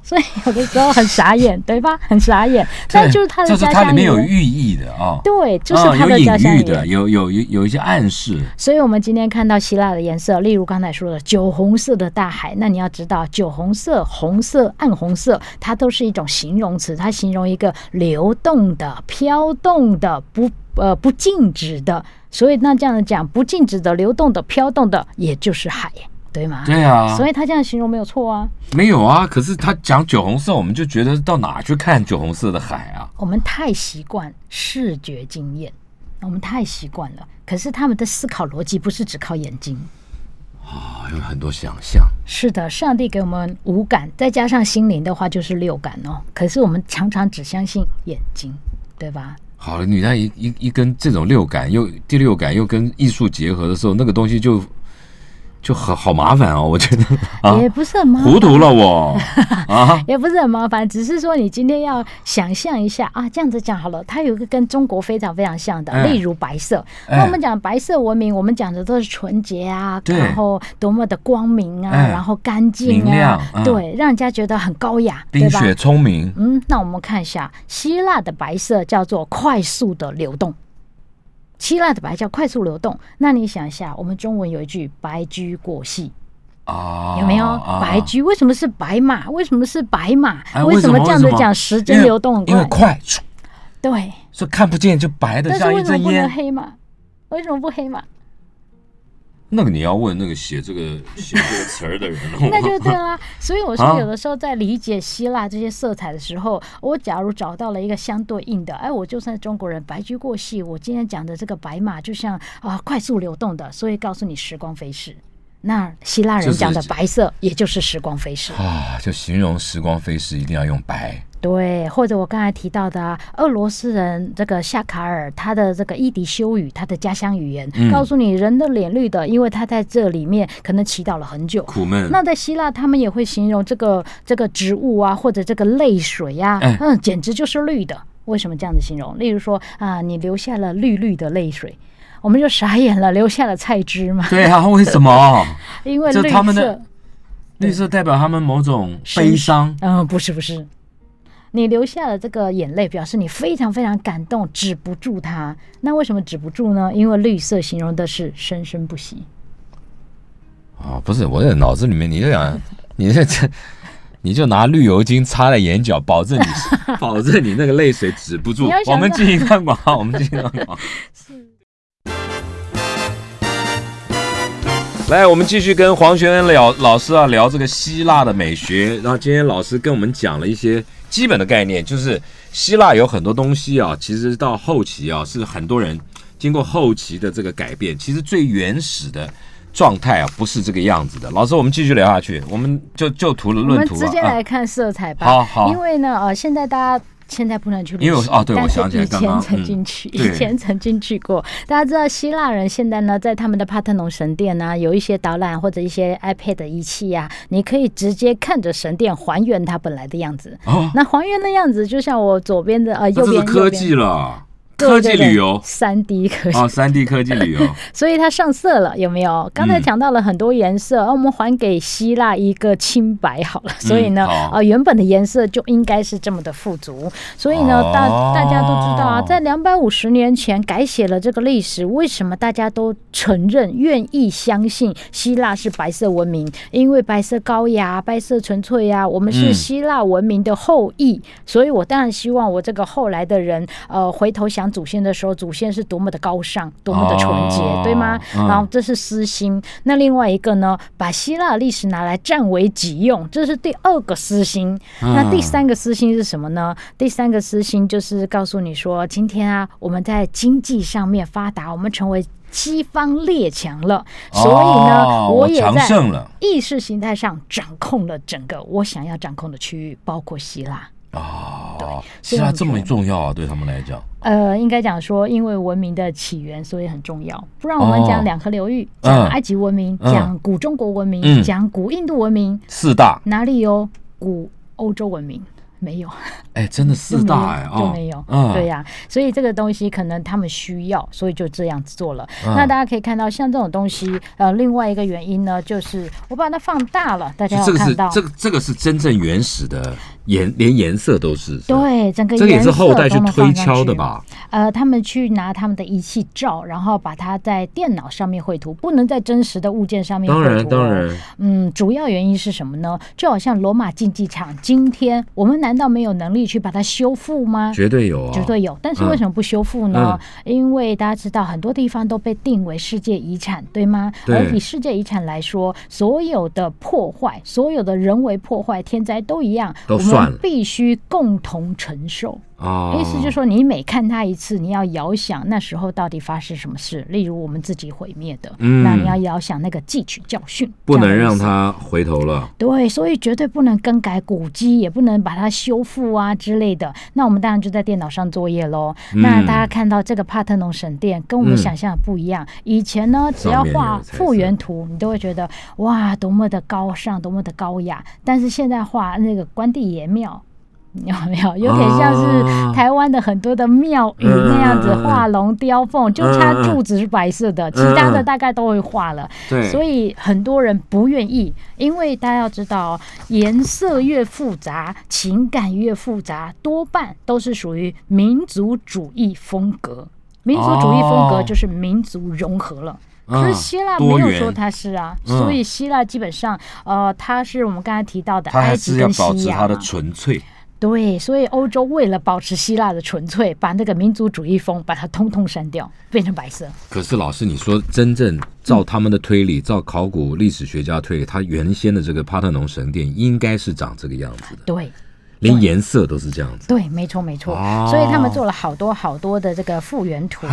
C: 所以有的时候很傻眼，对吧？很傻眼， 但就是他的
B: 就是
C: 家
B: 它里
C: 乡语
B: 面有
C: 言。
B: 寓意的啊，
C: 对，就是
B: 啊
C: 他的家
B: 有
C: 乡
B: 隐
C: 语
B: 喻
C: 言
B: 的，。有有有有一些暗示，
C: 所以我们今天看到希腊的颜色，例如刚才说的酒红色的大海，那你要知道，酒红色、红色、暗红色，它都是一种形容词，它形容一个流动的、飘动的、不呃不静止的。所以那这样讲，不静止的、流动的、飘动的，也就是海。对吗？
B: 对啊，
C: 哎所以他这样形容没有错啊。
B: 没有啊。可是他讲酒红色，我们就觉得到哪去看酒红色的海啊？
C: 我们太习惯视觉经验，我们太习惯了。可是他们的思考逻辑不是只靠眼睛。
B: 啊，有很多想象。
C: 是的，上帝给我们五感，再加上心灵的话就是六感哦。可是我们常常只相信眼睛，对吧？
B: 好了，你看一一一跟这种六感又第六感又跟艺术结合的时候，那个东西就就好好麻烦哦，我觉 得啊，
C: 也不是很麻
B: 糊
C: 烦，
B: 涂了我啊。
C: 也不是很麻烦，只是说你今天要想象一下啊，这样子讲好了。它有一个跟中国非常非常像的，
B: 哎
C: 例如白色。
B: 哎
C: 那我们讲白色文明，我们讲的都是纯洁啊，
B: 对
C: 然后多么的光明啊，
B: 哎
C: 然后干净
B: 明亮
C: 啊，
B: 嗯
C: 对，让人家觉得很高雅，对
B: 冰
C: 吧？
B: 雪聪明，
C: 嗯，那我们看一下希腊的白色叫做快速的流动，希腊的白叫快速流动。那你想一下，我们中文有一句“白驹过隙”，
B: 啊，
C: 有没有？
B: 啊
C: 白驹为什么是白马？为什么是白马？
B: 哎
C: 为
B: 为什
C: 么
B: 么
C: 这样子讲时间流动很
B: 因为因为
C: 快？
B: 快，
C: 对，
B: 所以看不见就白的
C: 但是
B: 像一
C: 为什
B: 阵
C: 么不能
B: 烟。
C: 黑马？为什么不黑马？
B: 那个你要问那个写这个写这个词儿的人了
C: 那就对啦。所以我
B: 啊
C: 说，有的时候在理解希腊这些色彩的时候，我假如找到了一个相对应的，哎，我就算中国人白驹过隙，我今天讲的这个白马就像啊快速流动的，所以告诉你时光飞逝。那希腊人讲
B: 就
C: 的
B: 是
C: 白色，也就是时光 飞逝。
B: 啊，就形容时光飞逝一定要用白。
C: 对，或者我刚才提到的、啊、俄罗斯人这个夏卡尔，他的这个伊迪修语，他的家乡语言，
B: 嗯
C: 告诉你人的脸绿的，因为他在这里面可能祈祷了很久，
B: 苦闷
C: 那在希腊，他们也会形容这个这个植物啊，或者这个泪水呀、
B: 哎
C: 嗯，简直就是绿的。为什么这样子形容？例如说啊，你流下了绿绿的泪水，我们就傻眼了，流下了菜汁嘛，
B: 对啊，为什 么
C: 因为
B: 这
C: 绿
B: 他们的
C: 色，
B: 绿色代表他们某种悲
C: 深
B: 伤？
C: 嗯，不是不是，你流下了这个眼泪，表示你非常非常感动，止不住它。那为什么止不住呢？因为绿色形容的是生生不息。
B: 啊，不是，我这脑子里面，你就 想，你这 这，你就拿绿油精擦在眼角，保证 你，保证你那个泪水止不住
C: 你要。想
B: 我们
C: 到
B: 进行看广 告，我们进行看广告。来，我们继续跟黄学恩聊老师啊聊这个希腊的美学。然后今天老师跟我们讲了一些基本的概念，就是希腊有很多东西啊，其实到后期啊是很多人经过后期的这个改变，其实最原始的状态啊不是这个样子的。老师，我们继续聊下去，我们就就图
C: 我
B: 论
C: 们
B: 图
C: 直接
B: 啊
C: 来看色彩吧。
B: 好好
C: 因为呢，呃，现在大家。现在不能去旅
B: 因为我
C: 行，
B: 哦对
C: 但
B: 我
C: 是
B: 想起来
C: 以
B: 刚刚
C: 前曾经去，
B: 嗯对
C: 以前曾经去过。大家知道希腊人现在呢，在他们的帕特农神殿呢、有一些导览或者一些 iPad 的仪器呀、你可以直接看着神殿还原它本来的样子。
B: 哦
C: 那还原的样子，就像我左边的呃
B: 那这
C: 右
B: 是
C: 边
B: 科技了，科技旅 游
C: 三 D 科技
B: 啊，三 D 科技旅游。
C: 所以它上色了，有没有？刚才
B: 嗯
C: 讲到了很多颜色，哦而、我们还给希腊一个清白好了。所以呢，
B: 嗯好
C: 呃，原本的颜色就应该是这么的富足。所以呢，大
B: 哦
C: 大家都知道啊，在两百五十年前改写了这个历史，为什么大家都承认、愿意相信希腊是白色文明？因为白色高雅、白色纯粹呀、我们
B: 嗯
C: 是希腊文明的后裔，所以我当然希望我这个后来的人，呃，回头想祖先的时候，祖先是多么的高尚，多么的纯洁，
B: 哦
C: 对吗？
B: 嗯
C: 然后这是私心。那另外一个呢，把希腊历史拿来占为己用，这是第二个私心。
B: 嗯
C: 那第三个私心是什么呢？第三个私心就是告诉你说，今天啊，我们在经济上面发达，我们成为西方列强了， 所以呢，
B: 哦
C: 我也
B: 强
C: 在
B: 盛了
C: 意识形态上掌控了整个我想要掌控的区域，包括希腊。
B: 啊，希
C: 所以
B: 腊
C: 我们
B: 这么
C: 觉得
B: 重要啊，对他们来讲。
C: 呃，应该讲说，因为文明的起源，所以很重要。不然我们
B: 哦
C: 讲两河流域，
B: 嗯
C: 讲埃及文明，
B: 嗯
C: 讲古中国文明，
B: 嗯
C: 讲古印度文明，
B: 四大，
C: 哪里有古欧洲文明？没有，
B: 哎，真的四大哎
C: 就没有
B: 啊，
C: 就没有，
B: 嗯，
C: 对呀、所以这个东西可能他们需要，所以就这样子做了。
B: 嗯
C: 那大家可以看到，像这种东西，呃，另外一个原因呢，就是我把它放大了，大家
B: 就
C: 要
B: 这个
C: 看
B: 是
C: 到，
B: 这个这个是真正原始的颜连颜色都是，是吧
C: 对，整个
B: 这个也
C: 颜
B: 是
C: 色
B: 后代去
C: 都能
B: 推
C: 放上
B: 敲的
C: 去
B: 吧？
C: 呃，他们去拿他们的仪器照，然后把它在电脑上面绘图，不能在真实的物件上面
B: 当
C: 绘图、哦
B: 然，当。然，
C: 嗯，主要原因是什么呢？就好像罗马竞技场，今天我们难道没有能力去把它修复吗？
B: 绝嗯对有啊，
C: 绝对有，但是为什么不修复呢？因为大家知道很多地方都被定为世界遗产，对吗？
B: 对
C: 而以世界遗产来说，所有的破坏、所有的人为破坏、天灾都一样，
B: 都
C: 我
B: 算了
C: 们必须共同承受。
B: 啊，
C: 意思就是说，你每看它一次，你要遥想那时候到底发生什么事。例如，我们自己毁灭的，
B: 嗯
C: 那你要遥想那个汲取教训，
B: 不能
C: 这样的
B: 让
C: 意思
B: 它回头了。
C: 对，所以绝对不能更改古迹，也不能把它修复啊之类的。那我们当然就在电脑上作业喽。那大家看到这个帕特农神殿跟我
B: 嗯
C: 们想象的不一样。以前呢，只
B: 上
C: 要
B: 面有
C: 画
B: 彩
C: 复
B: 色
C: 原图，你都会觉得哇，多么的高尚，多么的高雅。但是现在画那个关帝爷庙。 有没有有点
B: 啊
C: 像是台湾的很多的庙宇那样子
B: 嗯嗯嗯嗯
C: 画龙雕凤，就
B: 嗯嗯
C: 差
B: 嗯
C: 柱子是白色的，其他
B: 嗯
C: 的
B: 嗯
C: 大概都会画了。
B: 对，
C: 所以很多人不愿意，因为大家要知道，颜色越复杂，情感越复杂，多半都是属于民族主义风格。民族主义风格
B: 哦
C: 就是民族融合了。
B: 嗯
C: 可是希腊
B: 多
C: 没有
B: 元
C: 说它是啊，
B: 嗯
C: 所以希腊基本上，呃，它是我们刚才提到的
B: 它还
C: 埃及
B: 是要
C: 跟
B: 保
C: 西
B: 持
C: 亚
B: 它的
C: 嘛
B: 纯粹。
C: 对，所以欧洲为了保持希腊的纯粹，把那个民族主义风把它通通删掉，变成白色。
B: 可是老师，你说真正照他们的推理，照考古历史学家推理，它原先的这个帕特农神殿应该是长这个样子的，
C: 对，
B: 连颜色都是这样子。
C: 对，没错没错，
B: 哦
C: 所以他们做了好多好多的这个复原图。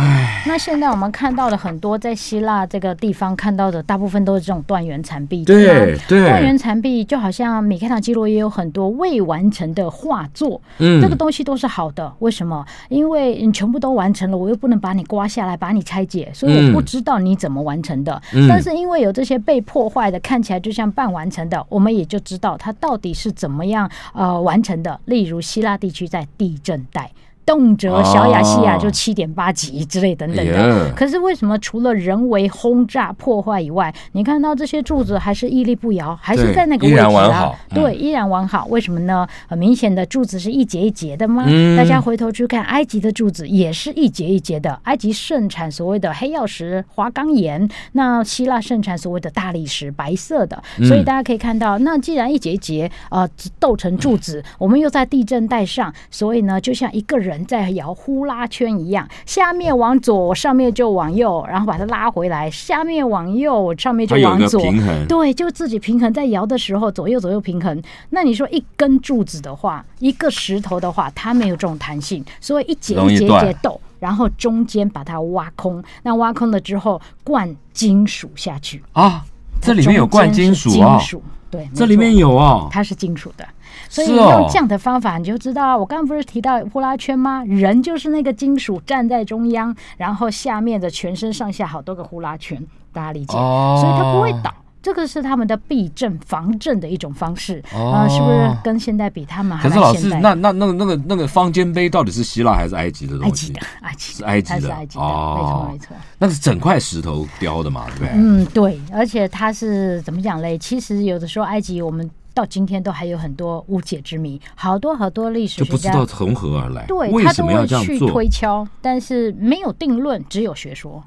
C: 那现在我们看到了很多在希腊这个地方看到的，大部分都是这种断垣残壁。
B: 对
C: 吧
B: 对
C: 断垣残壁就好像米开朗基罗也有很多未完成的画作，
B: 嗯
C: 这个东西都是好的。为什么？因为你全部都完成了，我又不能把你刮下来，把你拆解，所以我不
B: 嗯
C: 知道你怎么完成的。
B: 嗯
C: 但是因为有这些被破坏的，看起来就像半完成的，我们也就知道它到底是怎么样呃完成的。例如希腊地区在地震带。动辄小亚细亚
B: 哦
C: 就七点八级之类等等的，
B: 哎呀
C: 可是为什么除了人为轰炸破坏以外，你看到这些柱子还是屹立不摇，还是
B: 对
C: 在那个
B: 依
C: 位置
B: 然完
C: 啊
B: 好？嗯
C: 对，依然完好。为什么呢？很明显的柱子是一节一节的吗？
B: 嗯
C: 大家回头去看埃及的柱子也是一节一节的。埃及盛产所谓的黑曜石、花岗岩，那希腊盛产所谓的大理石，白色的。
B: 嗯
C: 所以大家可以看到，那既然一节一节呃斗成柱子，我们又在地震带上，所以呢，就像一个人在摇呼啦圈一样，下面往左，上面就往右，然后把它拉回来，下面往右，上面就
B: 它有
C: 往
B: 一个
C: 左，
B: 平衡，
C: 对，就自己平衡，在摇的时候左右左右平衡。那你说一根柱子的话，一个石头的话，它没有这种弹性，所以一节
B: 容易
C: 一节一
B: 断
C: 节斗，然后中间把它挖空。那挖空了之后，灌金属下去。
B: 啊，这里面有
C: 中
B: 灌
C: 间
B: 金
C: 是
B: 属啊
C: 金，属对，没
B: 这里
C: 错
B: 面有啊，
C: 它是金属的，所以
B: 是哦
C: 用这样的方法你就知道啊。我刚刚不是提到呼啦圈吗？人就是那个金属站在中央，然后下面的全身上下好多个呼啦圈，大家理解？
B: 哦
C: 所以它不会倒。这个是他们的避震、防震的一种方式，
B: 哦
C: 啊，是不是跟现代比他们还
B: 可
C: 来
B: 是老师
C: 现代，
B: 那那那个那个那个方尖碑到底是希腊还是埃及的
C: 埃
B: 东
C: 及
B: 西
C: 的？埃及
B: 是
C: 的
B: 埃及
C: 它
B: 的
C: 是埃及的，
B: 哦
C: 没错没错。
B: 那是整块石头雕的嘛，对不对？
C: 嗯，对，而且它是怎么讲嘞？其实有的时候埃及我们。到今天都还有很多无解之谜，好多好多历史
B: 就
C: 学
B: 不知
C: 家
B: 道从何而来，
C: 对
B: 为
C: 他
B: 什
C: 都
B: 么要
C: 会
B: 这样
C: 去
B: 做
C: 推？敲，但是没有定论，只有学说。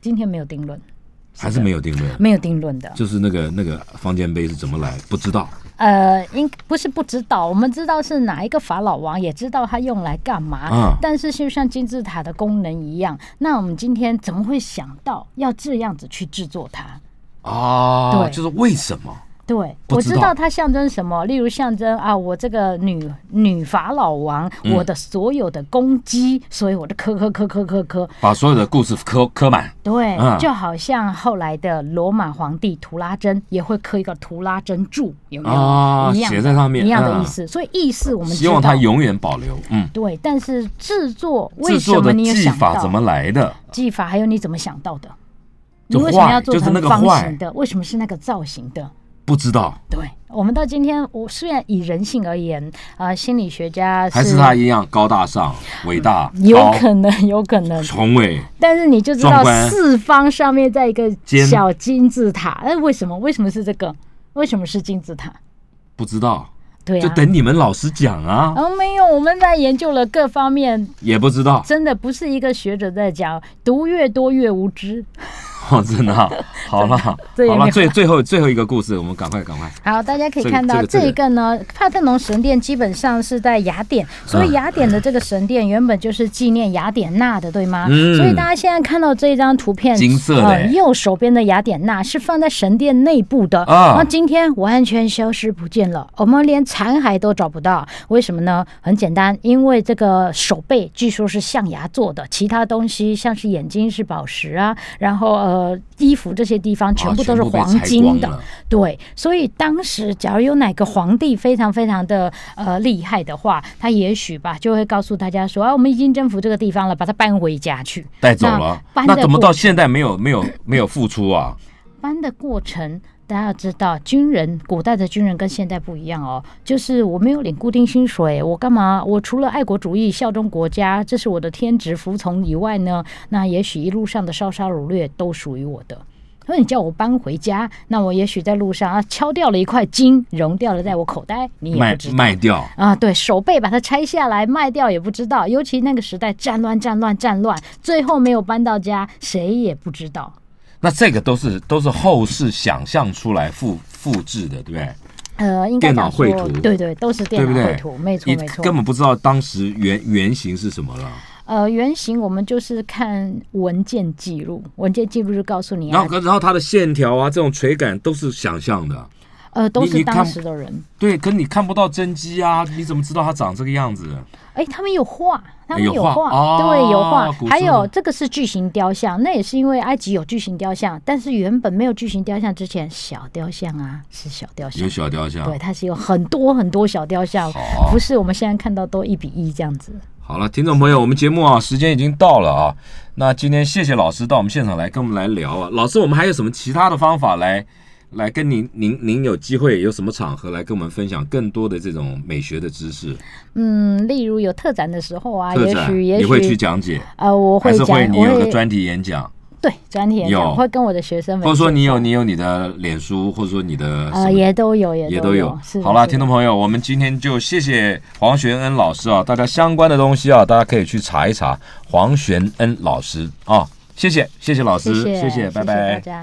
C: 今天没有定论，
B: 还是没有定论？
C: 没有定论的。
B: 就是那个那个方尖碑是怎么来，不知道。
C: 呃，应不是不知道，我们知道是哪一个法老王，也知道他用来干嘛。
B: 嗯
C: 但是就像金字塔的功能一样，那我们今天怎么会想到要这样子去制作它？
B: 啊，
C: 对
B: 就是为什么？
C: 对，
B: 不
C: 我
B: 知
C: 知
B: 道
C: 道它象征什么，例如象征啊，我这个女女法老王，
B: 嗯
C: 我的所有的攻击，所以我的磕磕磕磕磕磕，
B: 把所有的故事磕磕满，
C: 对，
B: 嗯
C: 就好像后来的罗马皇帝图拉真也会刻一个图拉真柱，有没有？
B: 啊
C: 一样的
B: 写在上面
C: 一样的
B: 嗯
C: 意思。所以意思我们
B: 希望
C: 知道
B: 它永远保留。嗯，
C: 对，但是制作为
B: 制
C: 什
B: 作的
C: 么你有
B: 技
C: 想
B: 法
C: 到
B: 怎么来的？
C: 技法，还有你怎么想到的？你
B: 就
C: 为什么
B: 坏
C: 要做
B: 就是
C: 成
B: 那个
C: 方
B: 坏
C: 形的？为什么是那个造型的？
B: 不知道，
C: 对我们到今天，我虽然以人性而言，呃，心理学家
B: 还是它一样高大上、伟大、
C: 有
B: 高
C: 可能，有可能，
B: 宏伟？
C: 但是你就知
B: 壮
C: 道
B: 观
C: 四方上面在一个
B: 尖
C: 小金字塔，哎，为什么？为什么是这个？为什么是金字塔？
B: 不知道，
C: 对
B: 就
C: 啊。
B: 等你们老师讲啊，
C: 哦，没有，我们在研究了各方面，
B: 也不知道
C: 真的不是一个学者在讲，读越多越无知。
B: 哦，真 的啊、好了，好
C: 这也没
B: 了，
C: 有
B: 最最后最后一个故事，我们赶快赶快，
C: 好，大家可以
B: 这个
C: 看到、
B: 这个这个
C: 一个呢，帕特农神殿基本上是在雅典，所以
B: 啊
C: 雅典的这个神殿原本就是纪念雅典娜的，对吗？
B: 嗯
C: 所以大家现在看到这一张图片，
B: 金色的
C: 呃，右手边的雅典娜是放在神殿内部的。
B: 啊
C: 那今天完全消失不见了，我们连残骸都找不到，为什么呢？很简单，因为这个手背据说是象牙做的，其他东西像是眼睛是宝石啊，然后呃衣服这些地方全部都是
B: 啊全部被
C: 黄
B: 裁光
C: 金的。
B: 了
C: 对，所以当时假如有哪个皇帝非常非常的呃厉害的话，他也许吧就会告诉大家说啊，我们已经征服这个地方了，把它搬回家去。
B: 带走了，
C: 那搬
B: 那
C: 的
B: 怎么
C: 过
B: 到现在没有没有没有付出啊？
C: 搬的过程，大家要知道，军人古代的军人跟现代不一样哦，就是我没有领固定薪水，我干嘛？我除了爱国主义、效忠国家，这是我的天职服从以外呢，那也许一路上的烧杀掳掠都属于我的。那你叫我搬回家，那我也许在路上啊敲掉了一块金，融掉了在我口袋，你也
B: 卖
C: 不知道。
B: 卖掉，
C: 啊，对手背把它拆下来卖掉也不知道，尤其那个时代战乱战乱战乱，最后没有搬到家，谁也不知道。
B: 那这个都是都是后世想象出来复复制的，对不对？
C: 呃，应该
B: 电脑
C: 讲说
B: 绘图
C: 对对，都是电
B: 对
C: 脑
B: 不对
C: 绘图，没错
B: 你
C: 没错。
B: 根本不知道当时原原型是什么了。
C: 呃，原型我们就是看文件记录，文件记录就告诉你
B: 然
C: 啊
B: 后，，可然后它的线条啊，这种垂感都是想象的。
C: 呃，都
B: 你
C: 是
B: 你看
C: 当时的人。
B: 对，可你看不到真迹啊，你怎么知道它长这个样子？
C: 哎，他们有画，他们
B: 有画
C: 画，
B: 哦
C: 对，有画
B: 古。
C: 还
B: 书
C: 有
B: 的
C: 这个是巨型雕像，那也是因为埃及有巨型雕像，但是原本没有巨型雕像之前，小雕像啊是小雕像
B: 有，小雕像。
C: 对，它是有很多很多小雕像，不是我们现在看到都一比一这样子。
B: 好了，听众朋友，我们节目啊时间已经到了啊。那今天谢谢老师到我们现场来跟我们来聊啊。老师，我们还有什么其他的方法来来跟您您您有机会有什么场合来跟我们分享更多的这种美学的知识？
C: 嗯，例如有特展的时候啊，
B: 特
C: 也
B: 展
C: 许也
B: 你
C: 许
B: 会去讲解，
C: 呃，我
B: 还
C: 会
B: 是
C: 讲，
B: 会你
C: 我
B: 有个
C: 会嗯
B: 专题演讲，
C: 对专题演讲，
B: 有
C: 我会跟我的学生们
B: 或者说你有
C: 介绍
B: 你有你的脸书，或者说你的什
C: 呃
B: 么
C: 也都有
B: 也
C: 也
B: 都
C: 有
B: 有。。
C: 是的
B: 好啦，
C: 是的
B: 听众朋友，我们今天就谢谢黄玄恩老师啊，大家相关的东西啊，大家可以去查一查黄玄恩老师啊，谢谢，谢谢老师，
C: 谢谢
B: 拜拜。
C: 大家。